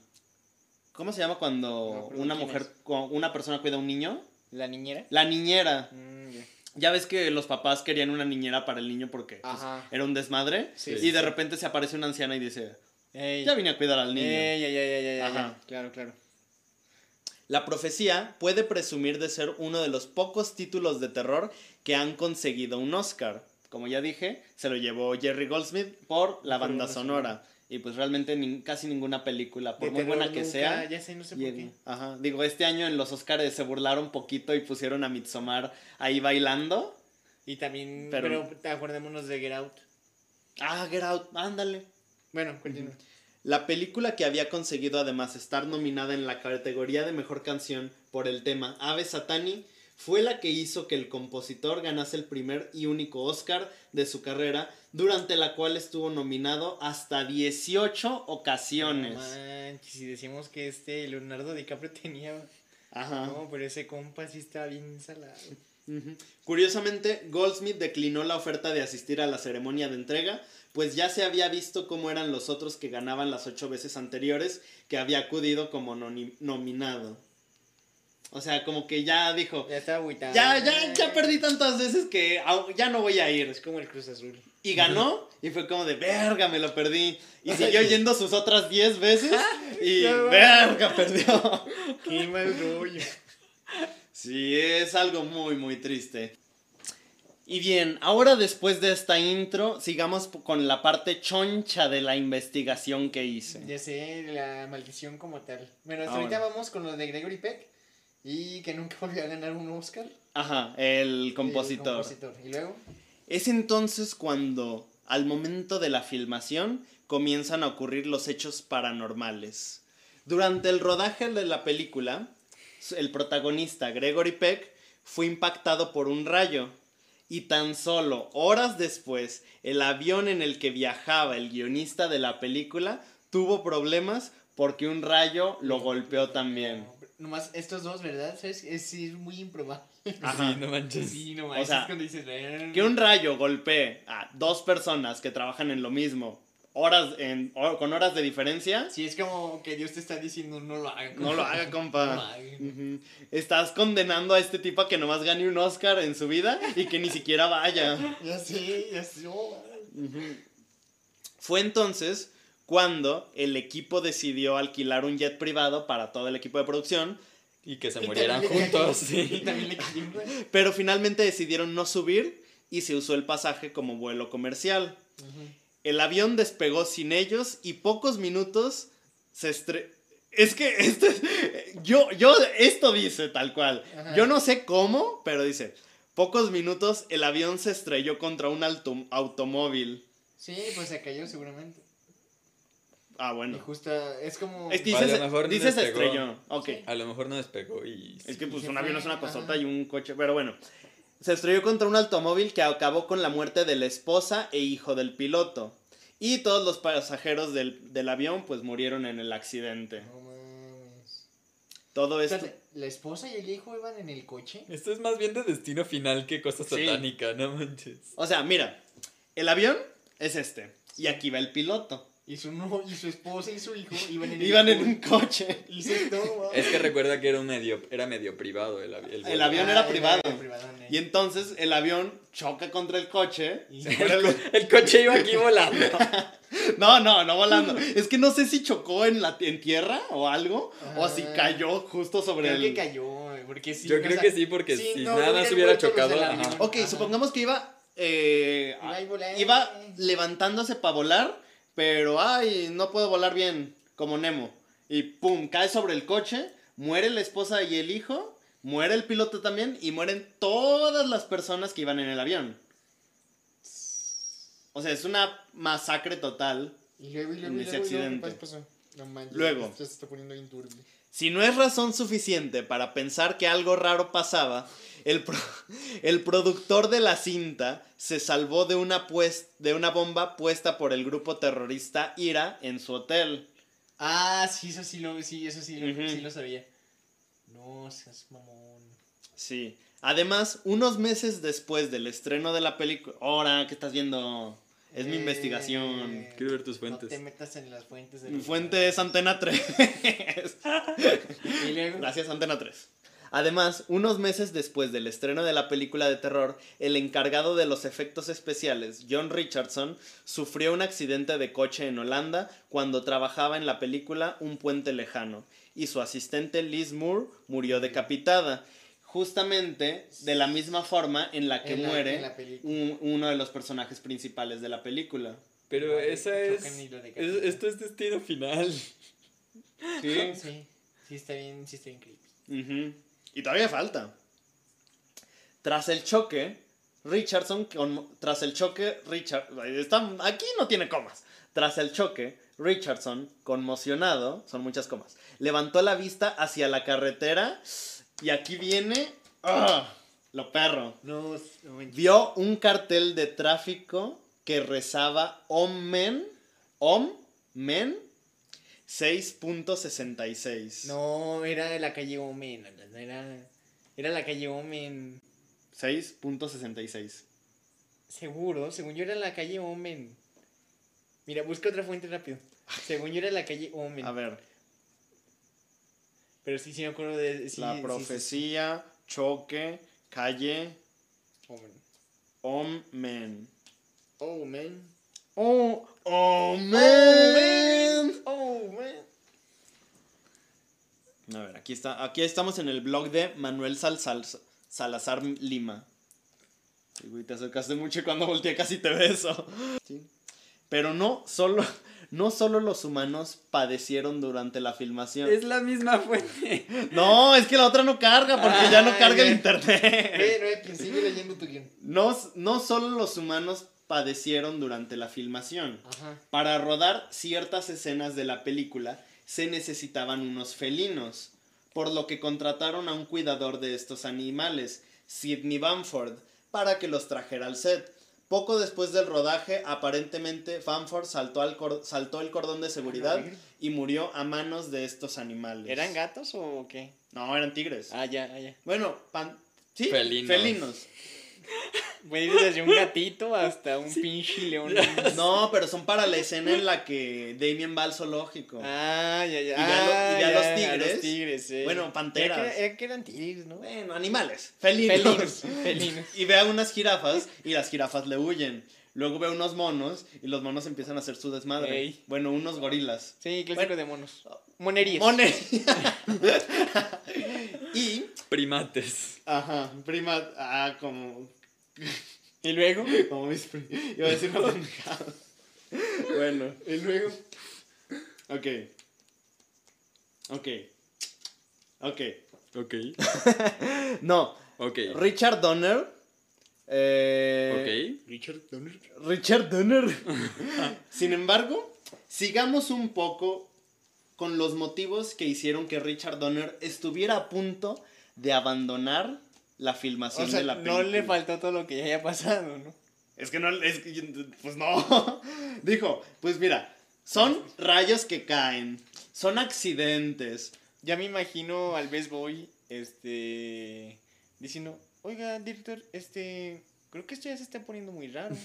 ¿Cómo se llama
No,
cuando
pero
una
¿quién
mujer,
es?
cu- una persona cuida a un niño?
¿La niñera?
La niñera.
Mm, ya.
Ya ves que los papás querían una niñera para el niño porque pues,
Ajá.
era un desmadre.
Sí,
y
sí,
de
sí.
repente se aparece una anciana y dice:
Ey.
Ya vine a cuidar al niño.
Ey, ya, ya, ya, ya, ya,
Ajá.
ya. Claro, claro.
La profecía puede presumir de ser uno de los pocos títulos de terror que han conseguido un Oscar. Como ya dije, se lo llevó Jerry Goldsmith por la
Por
banda
banda
sonora. Y pues realmente nin- casi ninguna película, por muy buena que sea.
Ya sé, no sé por
llega.
qué.
Ajá. Digo, este año en los Oscars se burlaron poquito y pusieron a Midsommar ahí bailando.
Y también,
Pero-
pero, te acordémonos de Get Out.
Ah, Get Out, ándale.
Bueno, continúa.
La película que había conseguido además estar nominada en la categoría de mejor canción por el tema Ave Satani fue la que hizo que el compositor ganase el primer y único Oscar de su carrera, durante la cual estuvo nominado hasta 18 ocasiones.
No manches, si decimos que este Leonardo DiCaprio tenía.
Ajá.
No, pero ese compa sí estaba bien salado.
Ujú. Curiosamente, Goldsmith declinó la oferta de asistir a la ceremonia de entrega, pues ya se había visto cómo eran los otros que ganaban las ocho veces anteriores que había acudido como noni- nominado. O sea, como que ya dijo,
Ya estaba agüitado.
ya, ya, ya perdí tantas veces que au- ya no voy a ir.
Es como el Cruz Azul.
Y ganó, y fue como de, verga, me lo perdí. Y siguió yendo sus otras diez veces, y
Ya va.
verga, perdió.
Qué mal rollo.
Sí, es algo muy, muy triste. Y bien, ahora después de esta intro, sigamos p- con la parte choncha de la investigación que hice.
Ya sé, la maldición como tal. Bueno, hasta
Ah,
ahorita vamos con lo de Gregory Peck. Y que nunca volvió a ganar un Oscar.
Ajá, el
El
compositor.
compositor. Y luego.
Es entonces cuando, al momento de la filmación, comienzan a ocurrir los hechos paranormales. Durante el rodaje de la película, su- el protagonista Gregory Peck fue impactado por un rayo y tan solo horas después el avión en el que viajaba el guionista de la película tuvo problemas porque un rayo lo golpeó también.
No, Nomás estos dos, ¿verdad? ¿Sabes? Es, sí, es muy improbable.
Ajá.
Sí, no manches.
Sí, nomás.
O sea,
es cuando dices. "Ver".
Que un rayo golpee a dos personas que trabajan en lo mismo, horas en, hor- con horas de diferencia,
Sí, es como que Dios te está diciendo no lo hagas.
no lo haga,
No lo
compa.
haga.
Ujú. Estás condenando a este tipo a que nomás gane un Oscar en su vida y que ni siquiera vaya.
Ya sé, ya sé. oh,
Ujú. Fue entonces cuando el equipo decidió alquilar un jet privado para todo el equipo de producción,
Y que se
Y
murieran
también le cayó-
juntos,
Y
sí.
también le cayó un rayo.
pero finalmente decidieron no subir y se usó el pasaje como vuelo comercial. El avión despegó sin ellos y pocos minutos se estre... Es que esto es- yo, yo, esto dice tal cual.
Ajá.
Yo no sé cómo, pero dice, pocos minutos el avión se estrelló contra un alto- automóvil.
Sí, pues se cayó seguramente.
Ah,
Y
bueno.
justo es como.
Es que
Vale,
dice,
a lo mejor no
dice se
despegó.
estrelló. Ok.
Sí.
A lo mejor no despegó y...
Es que pues
se
un avión
fue,
es una cosota
ajá.
y un coche, pero bueno. Se estrelló contra un automóvil que acabó con la muerte de la esposa e hijo del piloto. Y todos los pasajeros del, del avión pues murieron en el accidente.
No mames.
Todo
O sea,
esto...
la esposa y el hijo iban en el coche.
Esto es más bien de destino final que cosa
Sí.
satánica, no manches.
O sea, mira, el avión es este. Y aquí va el piloto.
Y su, no, y su esposa y su hijo iban en el
Iban en
coche.
un coche.
Y se todo.
Es que recuerda que era un medio, era medio privado el, avi- el
El
vuelo.
avión era privado.
Ah, privado,
Y entonces el avión choca contra el coche.
Y-
Pero el-
El coche iba aquí volando.
No, no, no volando. Es que no sé si chocó en, la, en tierra o algo. O si
Ah.
cayó justo sobre el...
Creo que cayó, eh, porque sí.
Yo
o
creo
sea,
que sí, porque
sí,
si
no,
nada
hubieran
se hubiera
muerto los
chocado.
del avión.
ajá.
Ok,
Ajá.
supongamos que iba. eh,
Iba ahí volando.
iba levantándose para volar, pero ay, no puedo volar bien, como Nemo. Y pum, cae sobre el coche, muere la esposa y el hijo, muere el piloto también y mueren todas las personas que iban en el avión. O sea, es una masacre total.
Y luego, y luego,
En
y
ese
luego, y luego, ¿qué
accidente.
pasó? No manches,
Luego.
esto se está poniendo bien turbio.
Si no es razón suficiente para pensar que algo raro pasaba, el, pro- el productor de la cinta se salvó de una, pues- de una bomba puesta por el grupo terrorista IRA en su hotel.
Ah, sí, eso sí lo, sí, eso sí, lo,
Ujú.
sí lo sabía. No seas mamón.
Sí. Además, unos meses después del estreno de la película... Ahora, ¿qué estás viendo? Es mi
Eh,
investigación.
Quiero ver tus
No te
fuentes.
metas en las fuentes de
Mi
los-
fuente es Antena 3.
Y luego-
Gracias, Antena 3. Además, unos meses después del estreno de la película de terror, el encargado de los efectos especiales, John Richardson, sufrió un accidente de coche en Holanda cuando trabajaba en la película Un puente lejano, y su asistente Liz Moore murió decapitada, justamente de la misma forma en la que
En la-
muere
en la película.
un- uno de los personajes principales de la película.
Pero
Vale,
esa
chocan
es,
y lo decapitan.
es- Esto es destino final.
Sí, sí. Sí está bien, sí está bien creepy.
Ujú. Y todavía falta. Tras el choque, Richardson, con- tras el choque, Richard, está- aquí no tiene comas. Tras el choque, Richardson, conmocionado, son muchas comas, levantó la vista hacia la carretera y aquí viene, ¡ah! lo perro.
No, no manches.
Vio un cartel de tráfico que rezaba Om Men, Om Men 6.66.
No, era de la calle Omen, Alan, era era la calle Omen.
6.66.
Seguro, según yo era la calle Omen. Mira, busca otra fuente rápido. Según yo era la calle Omen.
A ver,
Pero sí, sí me acuerdo de. sí, sí,
la
sí,
profecía, choque, calle,
sí. Omen.
omen.
Omen.
Oh,
Omen.
omen.
Omen.
A ver, aquí está, aquí estamos en el blog de Manuel Sal- Sal- Salazar Lima. Sí, güey, te acercaste mucho y cuando volteé casi te beso. Sí. Pero no solo, no solo los humanos padecieron durante la filmación.
Es la misma fuente.
No, es que la otra no carga porque ya no
Ay,
carga el
güey.
internet.
Ve, no, quien sigue leyendo tu guión.
No, no solo los humanos padecieron durante la filmación.
Ajá.
Para rodar ciertas escenas de la película se necesitaban unos felinos, por lo que contrataron a un cuidador de estos animales, Sidney Bamford, para que los trajera al set. Poco después del rodaje, aparentemente Bamford saltó, al cor- saltó el cordón de seguridad y murió a manos de estos animales.
Ah, ¿Eran gatos o qué?
No, eran tigres.
Ah, ya, ah, ya.
Bueno, pan- sí,
Felinos.
felinos.
Puede ir desde un gatito hasta un pinche león.
No, pero son para la escena en la que Damien va al zoológico.
Ah, ya, ya.
Y ya lo- y ya
Ah,
los
ya,
tigres.
los tigres, eh.
Bueno, panteras.
Era que, era que eran tigres, ¿no?
Bueno, animales. Felinos.
Felinos. Felinos.
Y ve a unas jirafas y las jirafas le huyen. Luego ve a unos monos y los monos empiezan a hacer su desmadre.
Ey.
Bueno, unos gorilas.
Sí, clásico de monos. Monerías.
Mones. y,
Primates.
ajá, prima, ah, como,
Y luego.
como mis pri- Iba a decir una pendejada. Bueno,
Y luego.
ok. Ok. Ok.
Ok.
No,
Ok.
Richard Donner. eh,
Ok.
Richard Donner.
Richard Donner. Sin embargo, sigamos un poco con los motivos que hicieron que Richard Donner estuviera a punto de abandonar la filmación
O sea,
de la
no
película.
le faltó todo lo que ya haya pasado, ¿no?
Es que no, es que- pues no. Dijo, pues mira, son rayos que caen, son accidentes.
Ya me imagino al Best Boy, este. diciendo: Oiga, director, este. Creo que esto ya se está poniendo muy raro.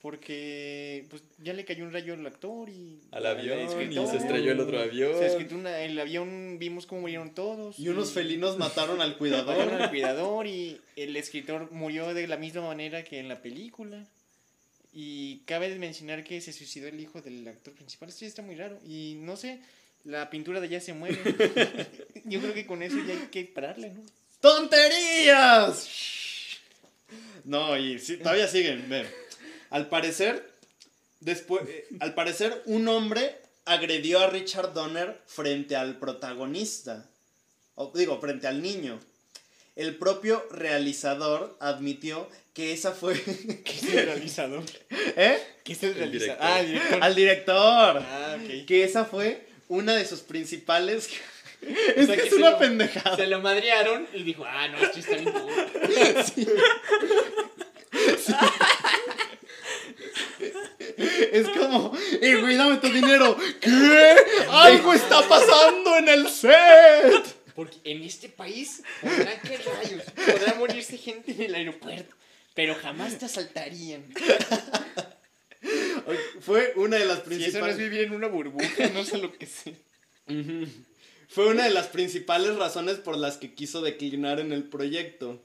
Porque. Pues ya le cayó un rayo al actor y.
Al
al
avión y se
escritor.
estrelló el otro avión.
Se escribió una- el avión, vimos cómo murieron todos.
Y unos felinos mataron al
Mataron
cuidador.
al cuidador y el escritor murió de la misma manera que en la película. Y cabe mencionar que se suicidó el hijo del actor principal. Esto ya está muy raro. Y no sé, la pintura de allá se mueve. Yo creo que con eso ya hay que pararle, ¿no?
¡Tonterías! No, y sí, todavía siguen. ve. Al parecer, Después, eh, al parecer, un hombre agredió a Richard Donner frente al protagonista. O, digo, frente al niño. El propio realizador admitió que esa fue.
¿Qué es el realizador?
¿Eh?
¿Qué es el
El
realizador?
director.
Ah, el director.
Al director.
Ah, ok.
Que esa fue una de sus principales.
O
Es
sea,
que
que
es
se
una
lo-
pendejada.
Se lo madrearon y dijo, ah, no, esto está bien duro.
Es como, eh, güey, dame tu dinero. ¿Qué? Algo está pasando en el set.
Porque en este país podrán que rayos, podrá morirse gente en el aeropuerto, pero jamás te asaltarían.
Fue una de las
Si eso no es
principales.
vivir en una burbuja, no sé lo que sé.
Ujú. Fue una de las principales razones por las que quiso declinar en el proyecto.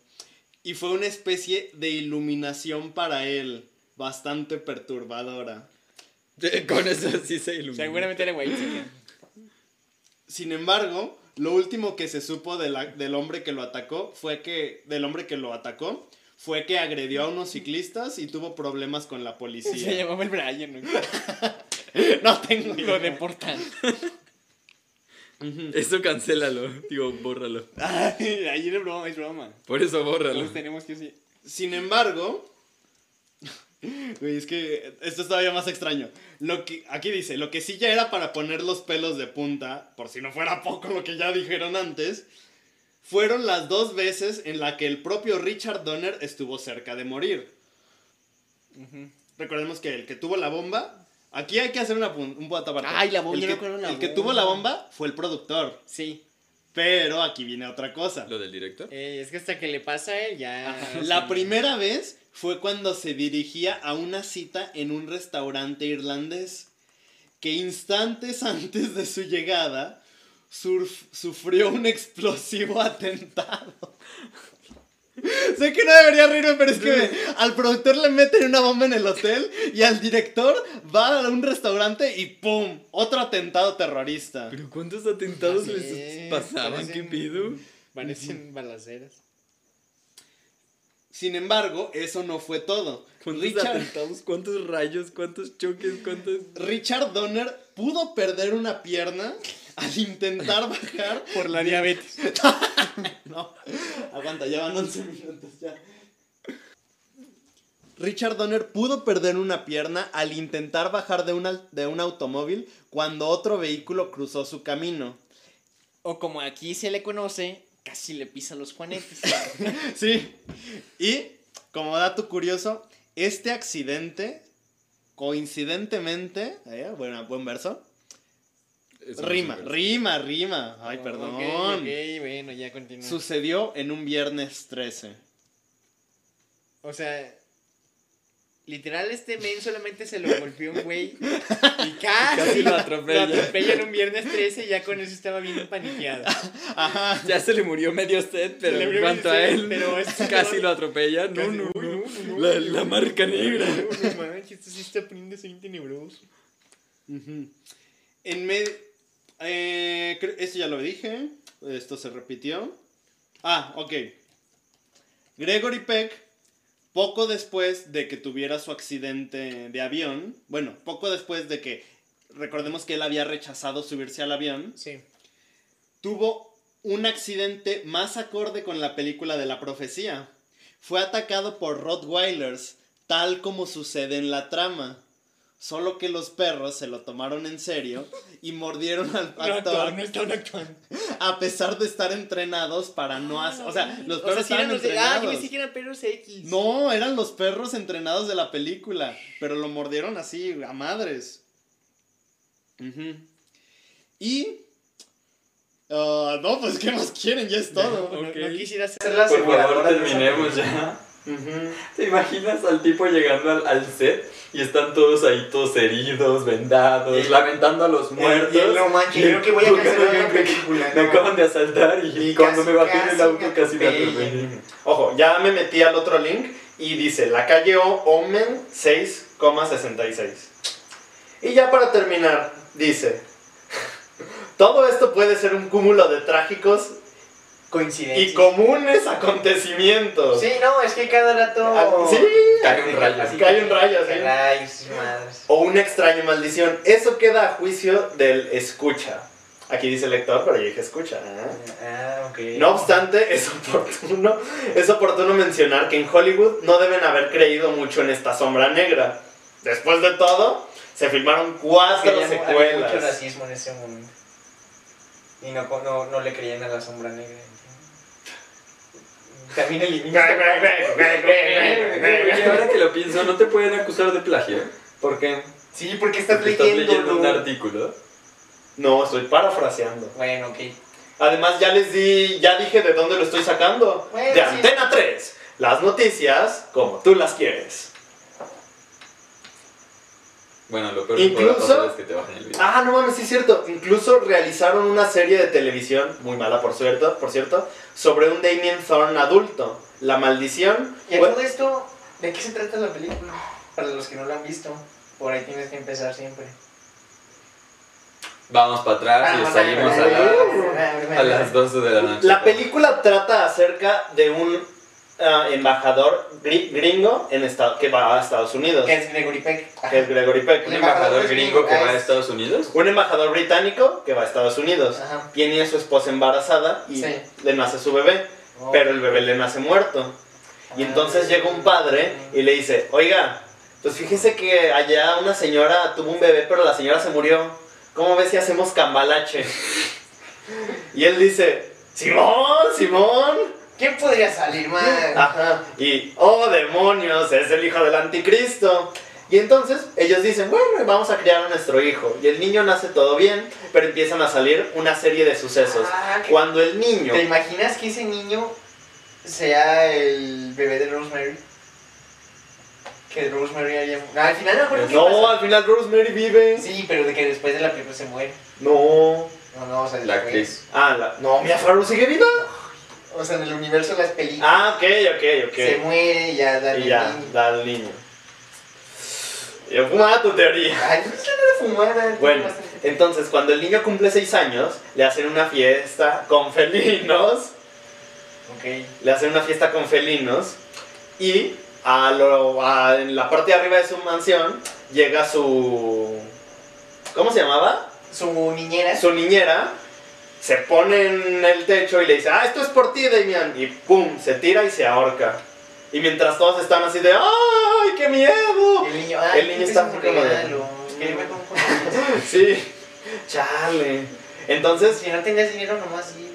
Y fue una especie de iluminación para él, bastante perturbadora.
Con eso sí se ilumina.
Seguramente era guay.
Sin embargo, lo último que se supo de la- del hombre que lo atacó fue que del hombre que lo atacó fue que agredió a unos ciclistas y tuvo problemas con la
Se
policía.
llamaba el Brian, ¿no?
No tengo
Lo
idea.
deportan.
Ujú.
Eso cancélalo. Digo, bórralo.
Ay, ayer es broma, es broma.
Por eso bórralo.
Todos tenemos que sí.
Sin embargo, güey, es que esto es todavía más extraño. Lo que aquí dice, lo que sí ya era para poner los pelos de punta, por si no fuera poco lo que ya dijeron antes, fueron las dos veces en la que el propio Richard Donner estuvo cerca de morir.
Ujú.
Recordemos que el que tuvo la bomba. Aquí hay que hacer una, pun- un punto aparte.
Ay, la bomba,
El
yo
que,
no creo en la
el que
bomba.
tuvo la bomba fue el productor.
Sí,
Pero aquí viene otra cosa.
¿Lo del director?
eh, es que hasta que le pasa a él ya.
Ajá. La primera vez fue cuando se dirigía a una cita en un restaurante irlandés. Que instantes antes de su llegada surf- sufrió un explosivo atentado. Sé que no debería reírme, pero es que al productor le meten una bomba en el hotel y al director va a un restaurante y ¡pum! Otro atentado terrorista.
¿Pero cuántos atentados
Así
les
es,
pasaban? ¿Qué
parecen-
pido?
Parecen balaceras.
Sin embargo, eso no fue todo.
¿Cuántos
Richard,
atentados? ¿Cuántos rayos? ¿Cuántos choques? ¿Cuántos...?
Richard Donner pudo perder una pierna al intentar bajar.
Por la diabetes.
No, aguanta, ya van 11 minutos ya. Richard Donner pudo perder una pierna al intentar bajar de un, al- de un automóvil cuando otro vehículo cruzó su camino.
O como aquí se le conoce, casi le pisa los juanetes.
Sí. Y, como dato curioso, este accidente, coincidentemente, eh, buena- buen verso,
Eso no
rima,
se ve.
rima, rima. Ay,
Oh,
perdón.
Ok, ok, bueno, ya continúa.
Sucedió en un viernes 13.
O sea, literal este men solamente se lo golpeó un güey y casi
Casi lo
lo
atropella.
atropellan un viernes 13 y ya con eso estaba bien paniqueado.
Ajá.
Ya se le murió medio set, pero
Le
en
murió
cuanto a
medio set,
él,
pero es-
casi lo atropellan. No,
Casi-
no,
uy,
no.
no, no,
La,
no.
la marca negra.
No, no manches, esto sí está poniendo bien tenebroso.
Ujú. En medio. Eh, cre- esto ya lo dije. Esto se repitió. Ah, ok. Gregory Peck, poco después de que tuviera su accidente de avión, bueno, poco después de que. Recordemos que él había rechazado subirse al avión.
Sí.
tuvo un accidente más acorde con la película de la profecía. Fue atacado por Rottweilers, tal como sucede en la trama. Solo que los perros se lo tomaron en serio y mordieron al
No actúan,
actor
no estaban actuando.
a pesar de estar entrenados para no hacer... O sea, los
Ah, O sea,
perros
si
estaban
eran los de... Ah, yo
entrenados.
pensé que eran perros X.
No, eran los perros entrenados de la película, pero lo mordieron así, a madres. Ujú. Y... ah, no, pues, ¿qué más quieren? Ya es todo.
No, no, no
Ok.
quisiera hacer
Por favor, terminemos ya.
Ujú.
¿Te imaginas al tipo llegando al, al set y están todos ahí todos heridos, vendados, lamentando a los muertos?
manches, creo que voy a
Tú,
cancelar
creo
la
que-
película.
Me
no.
acaban de asaltar y
Y
cuando
casi,
me bajé del
casi
auto
me
casi me
atropellan.
atropellé.
Ojo, ya me metí al otro link y dice la calle O- Omen 6,66. Y ya para terminar, dice, todo esto puede ser un cúmulo de trágicos
coincidencias.
Y comunes acontecimientos.
Sí, no, es que cada
Ah,
rato.
sí.
Cae un rayo.
Así cae un rayo, sí.
Ay, sus madres.
O una extraña maldición. Eso queda a juicio del escucha. Aquí dice lector, pero yo dije escucha. ¿eh?
Ah, ok.
No obstante, es oportuno, es oportuno mencionar que en Hollywood no deben haber creído mucho en esta sombra negra. Después de todo, se filmaron
Que
cuatro
ya no- había mucho
secuelas.
racismo en ese momento. Y no, co- no, no le creían a la sombra negra. También
Y
eliminaron.
ahora que lo pienso, no te pueden acusar de plagio. ¿Por qué?
Sí, porque estás
Porque estás leyendo un
leyendo.
artículo.
No, estoy parafraseando.
Bueno, ok.
Además, ya les di, ya dije de dónde lo estoy sacando.
Bueno,
de
sí.
Antena 3. Las noticias como tú las quieres.
Bueno, lo peor que puede
Incluso-
pasar es que te bajen el video.
Ah, no mames, sí es cierto. Incluso realizaron una serie de televisión, muy mala por cierto, por cierto, sobre un Damien Thorne adulto. La maldición.
Y a
Bueno,
todo esto, ¿de qué se trata la película? Para los que no la han visto, por ahí tienes que empezar siempre.
Vamos para atrás y
Vamos a
Ah, salimos a, la- a las 12 de la noche.
La película trata acerca de un ah, embajador gri- gringo en esta- que va a Estados Unidos,
Que es Gregory Peck.
que es Gregory Peck.
Un embajador gringo que va a Estados Unidos.
Un embajador británico que va a Estados Unidos.
Ajá.
Tiene a su esposa embarazada y
Sí.
le nace su bebé, pero el bebé le nace muerto. Y entonces llega un padre y le dice, oiga, pues fíjese que allá una señora tuvo un bebé, pero la señora se murió. ¿Cómo ves si hacemos cambalache? Y él dice, Simón, Simón.
¿Quién podría salir mal?
Ajá. Y, oh demonios, es el hijo del anticristo. Y entonces ellos dicen, bueno, vamos a criar a nuestro hijo. Y el niño nace todo bien, pero empiezan a salir una serie de sucesos.
Ah, qué-
Cuando el niño...
¿Te imaginas que ese niño sea el bebé de Rosemary? Que Rosemary haya. Ah, al final no me acuerdo qué
No,
pasa.
al final Rosemary vive.
Sí, pero de que después de la película se muere.
No.
No, no, o sea,
La
después.
actriz.
Ah, la... no, Mia Farrow sigue viva.
O sea, en el universo de las películas.
Ah, ok, ok, ok.
Se muere y ya da
y ya, da al niño. Yo fumaba tu teoría.
Ay, no sé nada de fumar.
Bueno, entonces cuando el niño cumple 6 años, le hacen una fiesta con felinos.
Ok.
Le hacen una fiesta con felinos. Y a lo- a- en la parte de arriba de su mansión llega su. ¿Cómo se llamaba?
Su niñera.
su niñera se pone en el techo y le dice, ah, esto es por ti, Damian. Y pum, se tira y se ahorca. Y mientras todos están así de, ¡ay, qué miedo!
El niño. ay,
El niño
qué
está
pésimo
así como de-
regalo. Que yo me confundo.
Sí, chale. Entonces,
Si no tenías dinero, nomás sí.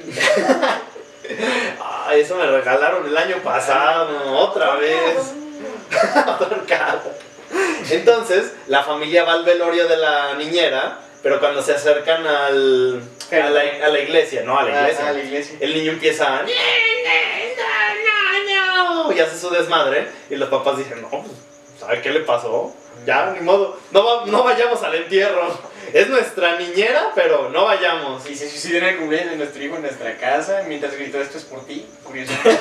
ah, eso me regalaron el año pasado, otra vez. Ahorcado. Entonces, la familia va al velorio de la niñera, pero cuando se acercan al, a, la, a la iglesia, no, a la iglesia.
Ah, A la iglesia.
El niño empieza "Nie, nie, no, no, no", y hace su desmadre y los papás dicen, no, pues, ¿sabe qué le pasó? Ya, ni modo, no, va- no vayamos al entierro. Es nuestra niñera, pero no vayamos.
Y se suicidó en el cumpleaños de nuestro hijo en nuestra casa mientras gritó esto es por ti, curiosamente.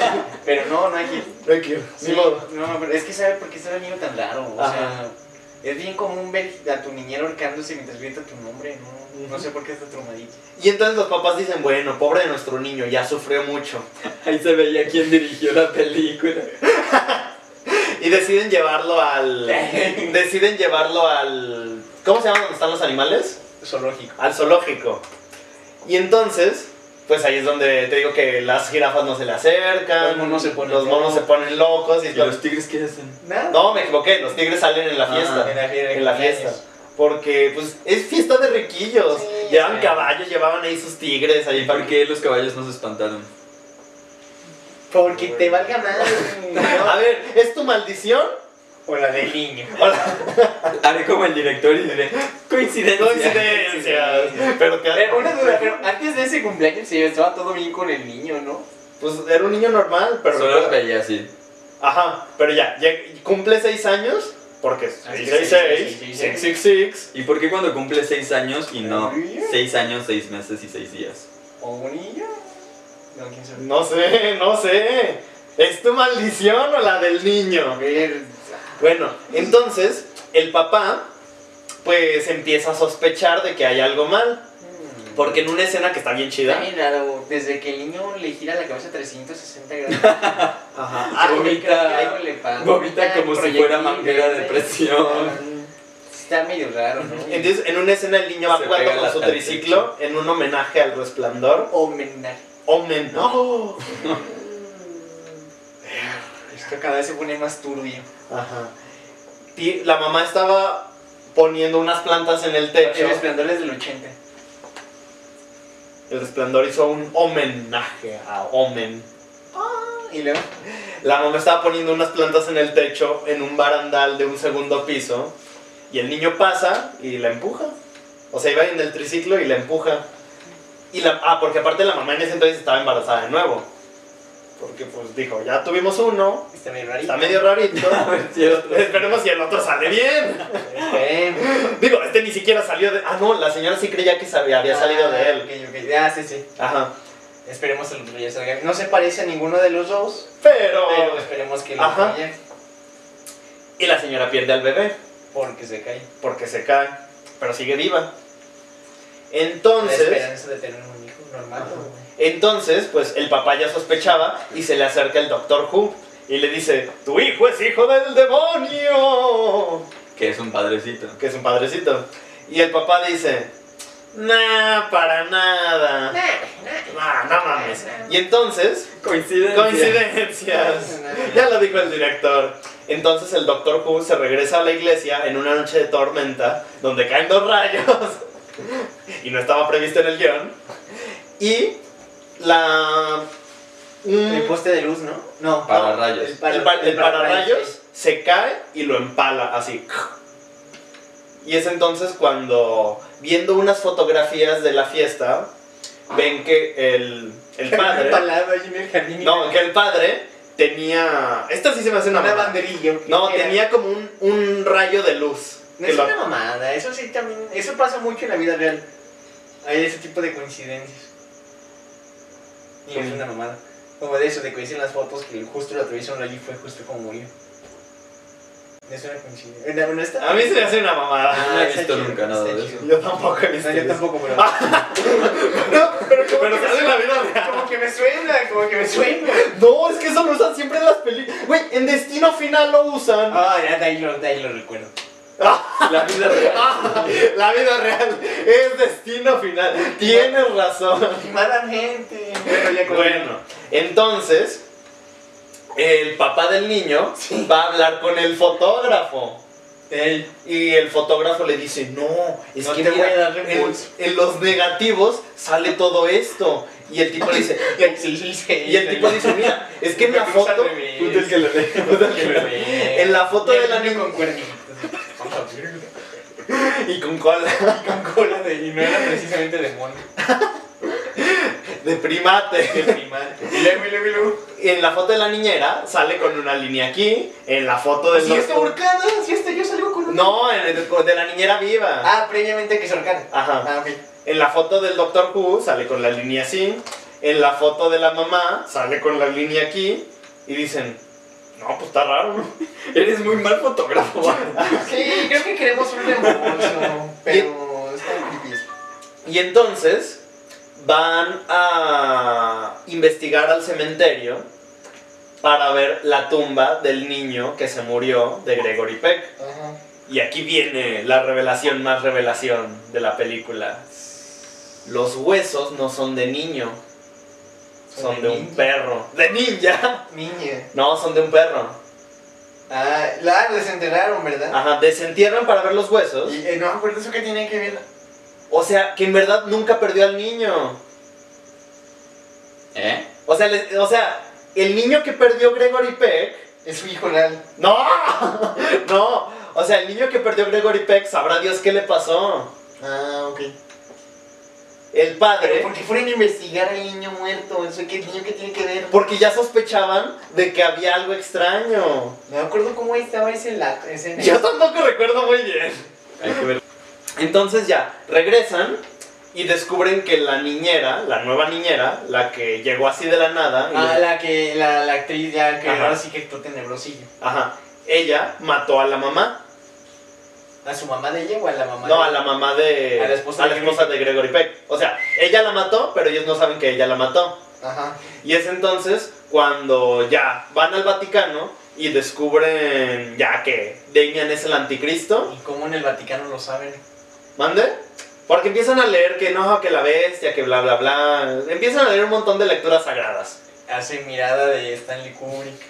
pero no, no hay que.
Thank you.
sí,
Ni modo.
no, pero es que sabe por qué está el niño tan raro. O
Ajá.
sea, es bien común ver a tu niñero ahorcándose mientras grita tu nombre, ¿no? No sé por qué está traumadito.
Y entonces los papás dicen, bueno, pobre de nuestro niño, ya sufrió mucho.
Ahí se veía quién dirigió la película.
Y deciden llevarlo al... deciden llevarlo al... ¿Cómo se llama donde están los animales?
Zoológico.
al zoológico. Y entonces, pues ahí es donde te digo que las jirafas no se le acercan,
Los monos se ponen
los monos se ponen locos y
¿Y
todo.
los tigres qué hacen?
Nada.
No, me equivoqué, los tigres salen en la
Ah,
fiesta.
En la fiesta.
en la fiesta. Porque, pues, es fiesta de riquillos.
Sí,
llevaban
sí.
caballos, llevaban ahí sus tigres ahí
¿Y
para
por qué los caballos no se espantaron?
Porque te valga madre.
A ver, ¿es tu maldición?
O la del niño.
Hola.
Haré como el director y diré, ¡Ah! coincidencia.
Coincidencias. Pero te
Pero Eh, una duda, pero antes de ese cumpleaños se estaba todo bien con el niño, ¿no?
Pues era un niño normal, pero.
Solo los veía así.
Ajá, pero ya, lleg- cumple seis años, porque
Así
666,
Ah, que sí, sí, sí, sí, sí.
666,
¿Y por qué cuando cumple 6 años y no
Ay.
6 años, 6 meses y 6 días?
¿O un niño? No, quién sabe.
No sé, no sé. ¿Es tu maldición o la del
A
niño?
ver.
Bueno, entonces el papá pues empieza a sospechar de que hay algo mal. Porque en una escena que está bien
Está
chida.
bien raro, desde que el niño le gira la cabeza 360 grados.
Ajá. ah,
como que creo que algo
Vomita,
le pasa.
vomita como si fuera
proyectil,
manguera de
güey.
presión.
Está medio raro, ¿no?
Entonces, en una escena el niño va
Se
jugando
pega
con
la
su
tacha.
triciclo en un homenaje al resplandor.
Homenaje.
Omen, no.
Esto cada vez se pone más turbio.
Ajá. Ti- La mamá estaba poniendo unas plantas en el techo.
El esplendor es del 80.
El resplandor hizo un homenaje a Omen.
Y luego,
La mamá estaba poniendo unas plantas en el techo en un barandal de un segundo piso. Y el niño pasa y la empuja. O sea, iba en el triciclo y la empuja. Y la, ah, porque aparte la mamá en ese entonces estaba embarazada de nuevo. Porque pues dijo, ya tuvimos uno,
está medio rarito.
está medio rarito. Esperemos si el otro sale bien.
Este,
Digo, este ni siquiera salió de... Ah, no, la señora sí creía que sabía, había salido de él.
Ok, ok. Ah, sí, sí.
Ajá.
Esperemos el otro ya salga. No se parece a ninguno de los dos,
Pero...
pero esperemos que lo
Oh. Ajá.
vaya
Y la señora pierde al bebé
porque se cae.
porque se cae, pero sigue viva.
La
Entonces,
esperanza de tener un hijo normal.
Ajá.
güey.
entonces, pues el papá ya sospechaba y se le acerca el doctor Who y le dice, tu hijo es hijo del demonio.
Que es un padrecito.
Que es un padrecito. Y el papá dice, nah, para nada. Nah, no mames. Y entonces,
Coincide.
Coincidencias. Ya lo dijo el director. Entonces el Doctor Who se regresa a la iglesia en una noche de tormenta donde caen dos rayos y no estaba previsto en el guión. Y la... un-
El poste de luz, ¿no? No.
Pararrayos.
El, para-
el, pa- el
el pararrayos.
pararrayos se cae y lo empala así. Y es entonces cuando, viendo unas fotografías de la fiesta, ven que el, el padre...
Palado ahí en el jardín.
No, que el padre tenía. Esta sí se me hace una.
una
mamada.
banderilla.
No,
Era-
tenía como un, un rayo de luz.
No
que
es
lo-
una mamada, eso sí también, eso pasa mucho en la vida real. Hay ese tipo de coincidencias. Y es
Mm.
una mamada. Como de eso, de que dicen las fotos que justo lo atraviesa un rayo y fue justo como murió. Es una coincidencia. Eh, no, no está- Ah,
A mí se me hace una mamada.
No he
está
visto nunca nada
está
de
chido.
Yo tampoco he visto.
No, yo
eso.
tampoco, pero.
Pero se hace en la vida real.
Como que me suena, como que me suena.
No, es que eso lo usan siempre en las películas. Güey, en Destino Final lo usan.
Ah, ya de ahí lo, de ahí lo recuerdo.
La vida real.
Ah, la vida real es Destino Final. Tienes razón.
Malamente. Bueno, ya con-
Bueno, entonces. El papá del niño va a hablar con el fotógrafo.
Ey,
Y el fotógrafo le dice, no, es
No
que
te
mira,
voy a dar
en,
reembolso".
en los negativos sale todo esto. Y el tipo le dice,
Y el, sí,
y el tipo dice, mira, es que en la
Me gusta
foto...
al revés.
Puta, es que le- puta, es que le- En la foto de la
niña
niña...
con cuernitos. Vamos a ver.
Y con cola
Con cola de. Y no era precisamente demonio.
de primate.
De primar. Y luego, y luego, y luego.
En la foto de la niñera sale con una línea aquí. En la foto de...
Si está horcada, si está yo salgo con un.
No, en el- de la niñera viva.
Ah, previamente que se horcada.
Ajá.
Ah, ok.
En la foto del Doctor Who sale con la línea así. En la foto de la mamá sale con la línea aquí. Y dicen, no, pues está raro. ¿no?".
Eres muy mal fotógrafo.
Sí, creo que queremos un reembolso. Pero. Está creepy.
Y entonces van a investigar al cementerio para ver la tumba del niño que se murió de Gregory Peck.
Ajá.
Y aquí viene la revelación más revelación de la película. Los huesos no son de niño, son de un
niña.
perro. ¡De ninja!
Niña.
No, son de un perro.
Ah, la desenterraron, ¿verdad?
Ajá, desentierran para ver los huesos.
Y eh, no me acuerdo eso que tiene que ver.
O sea, que en verdad nunca perdió al niño.
¿Eh?
O sea, les- o sea el niño que perdió Gregory Peck.
Es su hijo real.
¡No! ¡No! O sea, el niño que perdió Gregory Peck, sabrá Dios qué le pasó.
Ah, ok.
El
Pero
padre.
¿por qué fueron a investigar al niño muerto? Eso que el niño que tiene que ver.
Porque ya sospechaban de que había algo extraño.
No me acuerdo cómo estaba ese lato, ese
Yo tampoco recuerdo muy bien.
Hay que ver.
Entonces ya, regresan y descubren que la niñera, la nueva niñera, la que llegó así de la nada. y
Ah,
les-
la que la, la actriz ya que
Ajá.
ahora sí que está tenebrosillo.
Ajá. Ella mató a la mamá.
¿A su mamá de ella o a la mamá
No,
de
a la mamá de.
A la esposa de
esposa de Gregory Peck. O sea, ella la mató, pero ellos no saben que ella la mató.
Ajá.
Y es entonces cuando ya van al Vaticano y descubren ya que Damian es el anticristo.
¿Y cómo en el Vaticano lo saben?
¿Mande? Porque empiezan a leer que no, que la bestia, que bla, bla, bla. Empiezan a leer un montón de lecturas sagradas.
Hace mirada de Stanley Kubrick.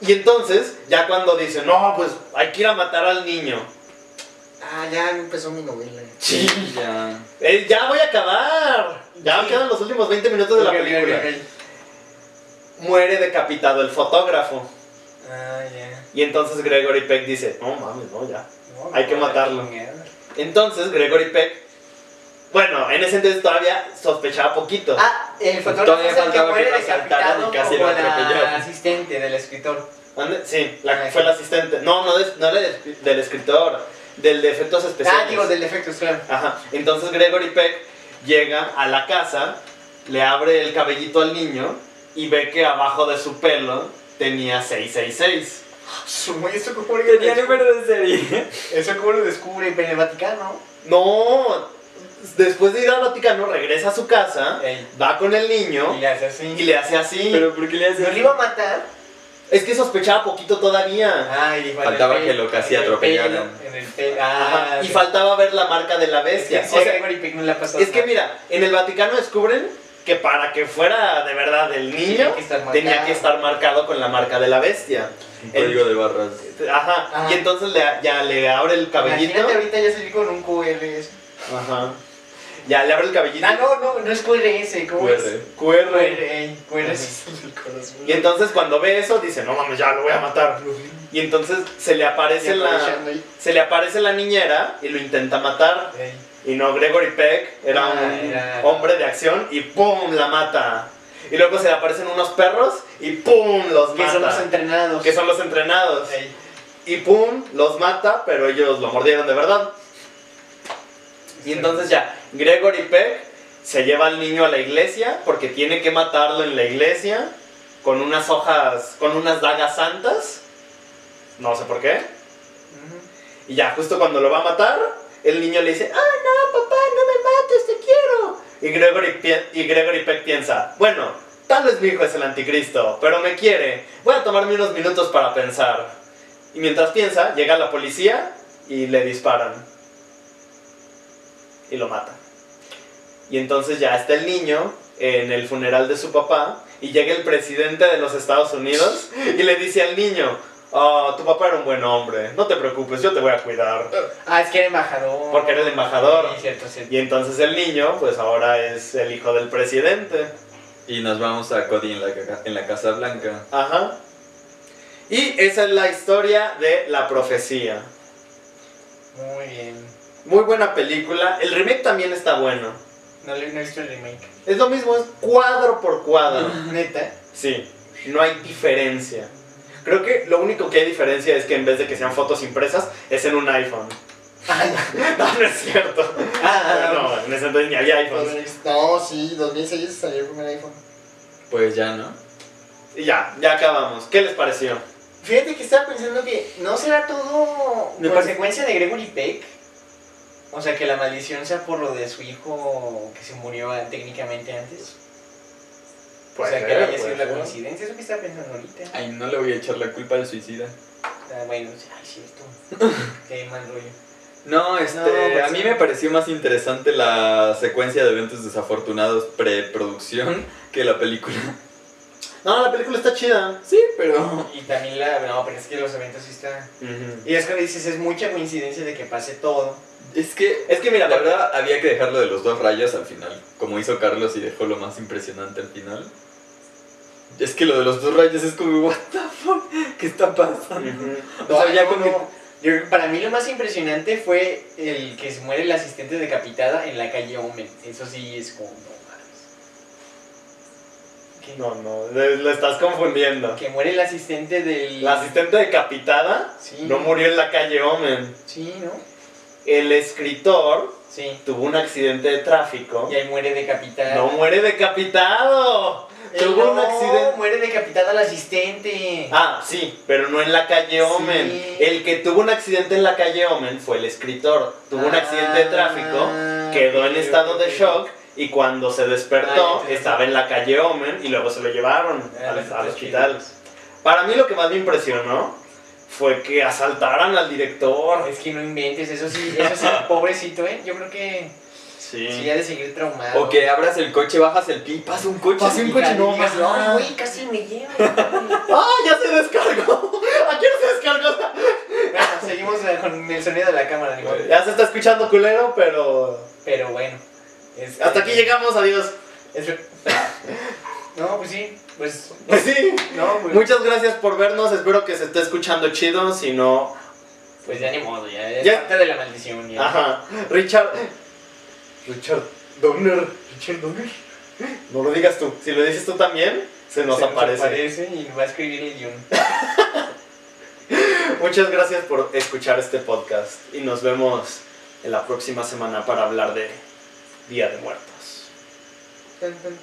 Y entonces, ya cuando dicen, no, pues hay que ir a matar al niño.
Ah, ya empezó mi novela.
Sí.
Ya.
Eh, ya voy a acabar. Ya
Sí.
quedan los últimos 20 minutos de la
Ok, ok,
película.
ok.
Muere decapitado el fotógrafo.
Ah, ya.
Y entonces Gregory Peck dice, no mames, no, ya.
No,
Hay que
me voy a la
matarlo.
chingada.
Entonces Gregory Peck, bueno, en ese entonces todavía sospechaba poquito.
Ah, el fotógrafo
Todavía
es el que
faltaba que
muere
lo asaltaran
decapitado
y casi lo
como la
atropellaran.
asistente del escritor.
¿Dónde? Sí, la, fue el asistente. No, no, des- no era des- del escritor, del de efectos especiales.
Ah, digo, del efecto, claro.
Ajá. Entonces Gregory Peck llega a la casa, le abre el cabellito al niño y ve que abajo de su pelo tenía 666.
Su- güey, ¿Eso cómo lo
Tenía
descubre?
número de serie.
¿Eso cómo lo descubre en el Vaticano?
No, después de ir al Vaticano regresa a su casa,
Ey.
va con el
Y
niño
le hace
y
así.
le hace así.
Pero ¿por qué le haces
¿No lo iba a matar?
es que sospechaba poquito todavía.
Ay, Ah, dijo, en
Faltaba
el
que
pelo,
lo casi
en el
atropellaran.
pelo, En el pelo.
Ajá,
Ah,
y faltaba ver la marca de la bestia.
Es
O
que
sea,
Gregory Peck no le ha pasado
es que
nada.
mira, en el Vaticano descubren que para que fuera de verdad el niño
Tenía que estar
tenía
marcado.
que estar marcado con la marca de la bestia.
Un código de barras.
Ajá,
Ajá.
y entonces le, ya le abre el cabellito.
Ah. Imagínate ahorita ya salir con un QRS.
Ajá. Ya le abre el cabellito.
Ah, no, no, no es QRS, ¿cómo
QR.
es? eh,
QR.
QRS. QRS.
Y entonces cuando ve eso dice, no mames, ya lo voy a matar. Y entonces se le aparece la, se le aparece la niñera y lo intenta matar.
Eh,
Y no, Gregory Peck era
Ah,
un
era-
hombre de acción y ¡pum! la mata. Y luego se le aparecen unos perros y ¡pum! los
Que
mata.
son los entrenados.
que son los entrenados.
Ey.
Y pum, los mata, pero ellos lo mordieron de verdad. Y entonces ya, Gregory Peck se lleva al niño a la iglesia porque tiene que matarlo en la iglesia con unas hojas, con unas dagas santas. No sé por qué. Y ya, justo cuando lo va a matar, el niño le dice, ah, no, papá, no me mates, te quiero. Y Gregory, pi- y Gregory Peck piensa, bueno, tal vez mi hijo es el anticristo, pero me quiere. Voy a tomarme unos minutos para pensar. Y mientras piensa, llega la policía y le disparan. Y lo mata. Y entonces ya está el niño en el funeral de su papá y llega el presidente de los Estados Unidos y le dice al niño, "Ah, tu papá era un buen hombre, no te preocupes, yo te voy a cuidar.
Ah, es que era embajador.
Porque era el embajador.
Sí, cierto, cierto.
Y entonces el niño, pues ahora es el hijo del presidente.
Y nos vamos a Cody en la, caca- en la Casa Blanca.
Ajá. Y esa es la historia de la profecía.
Muy bien.
Muy buena película. El remake también está bueno.
No, le- no he visto el remake.
Es lo mismo, es cuadro por cuadro.
Neta.
Sí, no hay diferencia. Creo que lo único que hay diferencia es que en vez de que sean fotos impresas, es en un iPhone. no, no es cierto. Ah, no, en ese entonces ni había iPhones.
No, sí, 2006 salió el primer iPhone.
Pues ya, ¿no?
Y ya, ya acabamos. ¿Qué les pareció?
Fíjate que estaba pensando que no será todo
Me parece-
consecuencia de Gregory Peck. O sea, que la maldición sea por lo de su hijo que se murió ah, técnicamente antes.
Puede
o sea, que
ser,
haya sido
puede
la
ser.
coincidencia. Eso que estaba pensando ahorita.
Ay, no le voy a echar la culpa al suicida.
Ah, bueno, sí, ay, cierto. Qué mal rollo.
No, este,
No, pues
a mí
sí.
me pareció más interesante la secuencia de eventos desafortunados preproducción que la película.
No, la película está chida.
Sí, pero
Y también la. No, pero es que los eventos sí están. Y es que dices, es mucha coincidencia de que pase todo.
es que
Es que mira,
la verdad había que dejarlo de los dos rayos al final, como hizo Carlos y dejó lo más impresionante al final. Es que lo de los dos rayos es como what the fuck, ¿qué está pasando?
Ujú.
O sea, ya
No,
con
no. Yo creo que para mí lo más impresionante fue el que se muere la asistente decapitada en la calle Omen. Eso sí es como no mames. Que,
No, no, le- lo estás confundiendo.
que muere el asistente del.
La asistente decapitada
Sí.
no murió en la calle Omen.
Sí, ¿no?
El escritor
Sí.
tuvo un accidente de tráfico.
Y ahí muere decapitada. Eh,
No muere decapitado. Tuvo un accidente.
muere decapitada al asistente.
Ah, sí, pero no en la calle Omen.
Sí.
El que tuvo un accidente en la calle Omen fue el escritor. Tuvo un accidente de tráfico, quedó en estado de shock y cuando se
Ah,
despertó
entiendo.
estaba en la calle Omen y luego se lo llevaron al, al hospital. Para mí lo que más me impresionó fue que asaltaran al director.
Es que no inventes, eso sí, eso sí, pobrecito, ¿eh? Yo creo que sí ha de seguir traumado.
O que abras el coche, bajas el pin, pasa un coche.
Pasa un
Y
coche,
digas,
no,
digas,
más no.
"Ay, güey, casi me llevo. Bueno,
¡Ah, ya se descargó! ¿A quién se descargó?
seguimos eh, con el sonido de la cámara, ni modo.
Ya se está escuchando culero, pero...
Pero bueno. es-
Hasta aquí llegamos, adiós.
es- No, pues sí, pues.
Pues sí.
No, pues.
Muchas gracias por vernos, espero que se esté escuchando chido, si no...
Pues ya ni modo, ya es
Ya-
parte de la maldición. ya.
Ajá, Richard... Richard Donner. Richard Donner. No lo digas tú, si lo dices tú también, se nos
Se
aparece.
aparece y va a escribir el guión.
Muchas gracias por escuchar este podcast y nos vemos en la próxima semana para hablar de Día de Muertos.
Tan, tan, tan.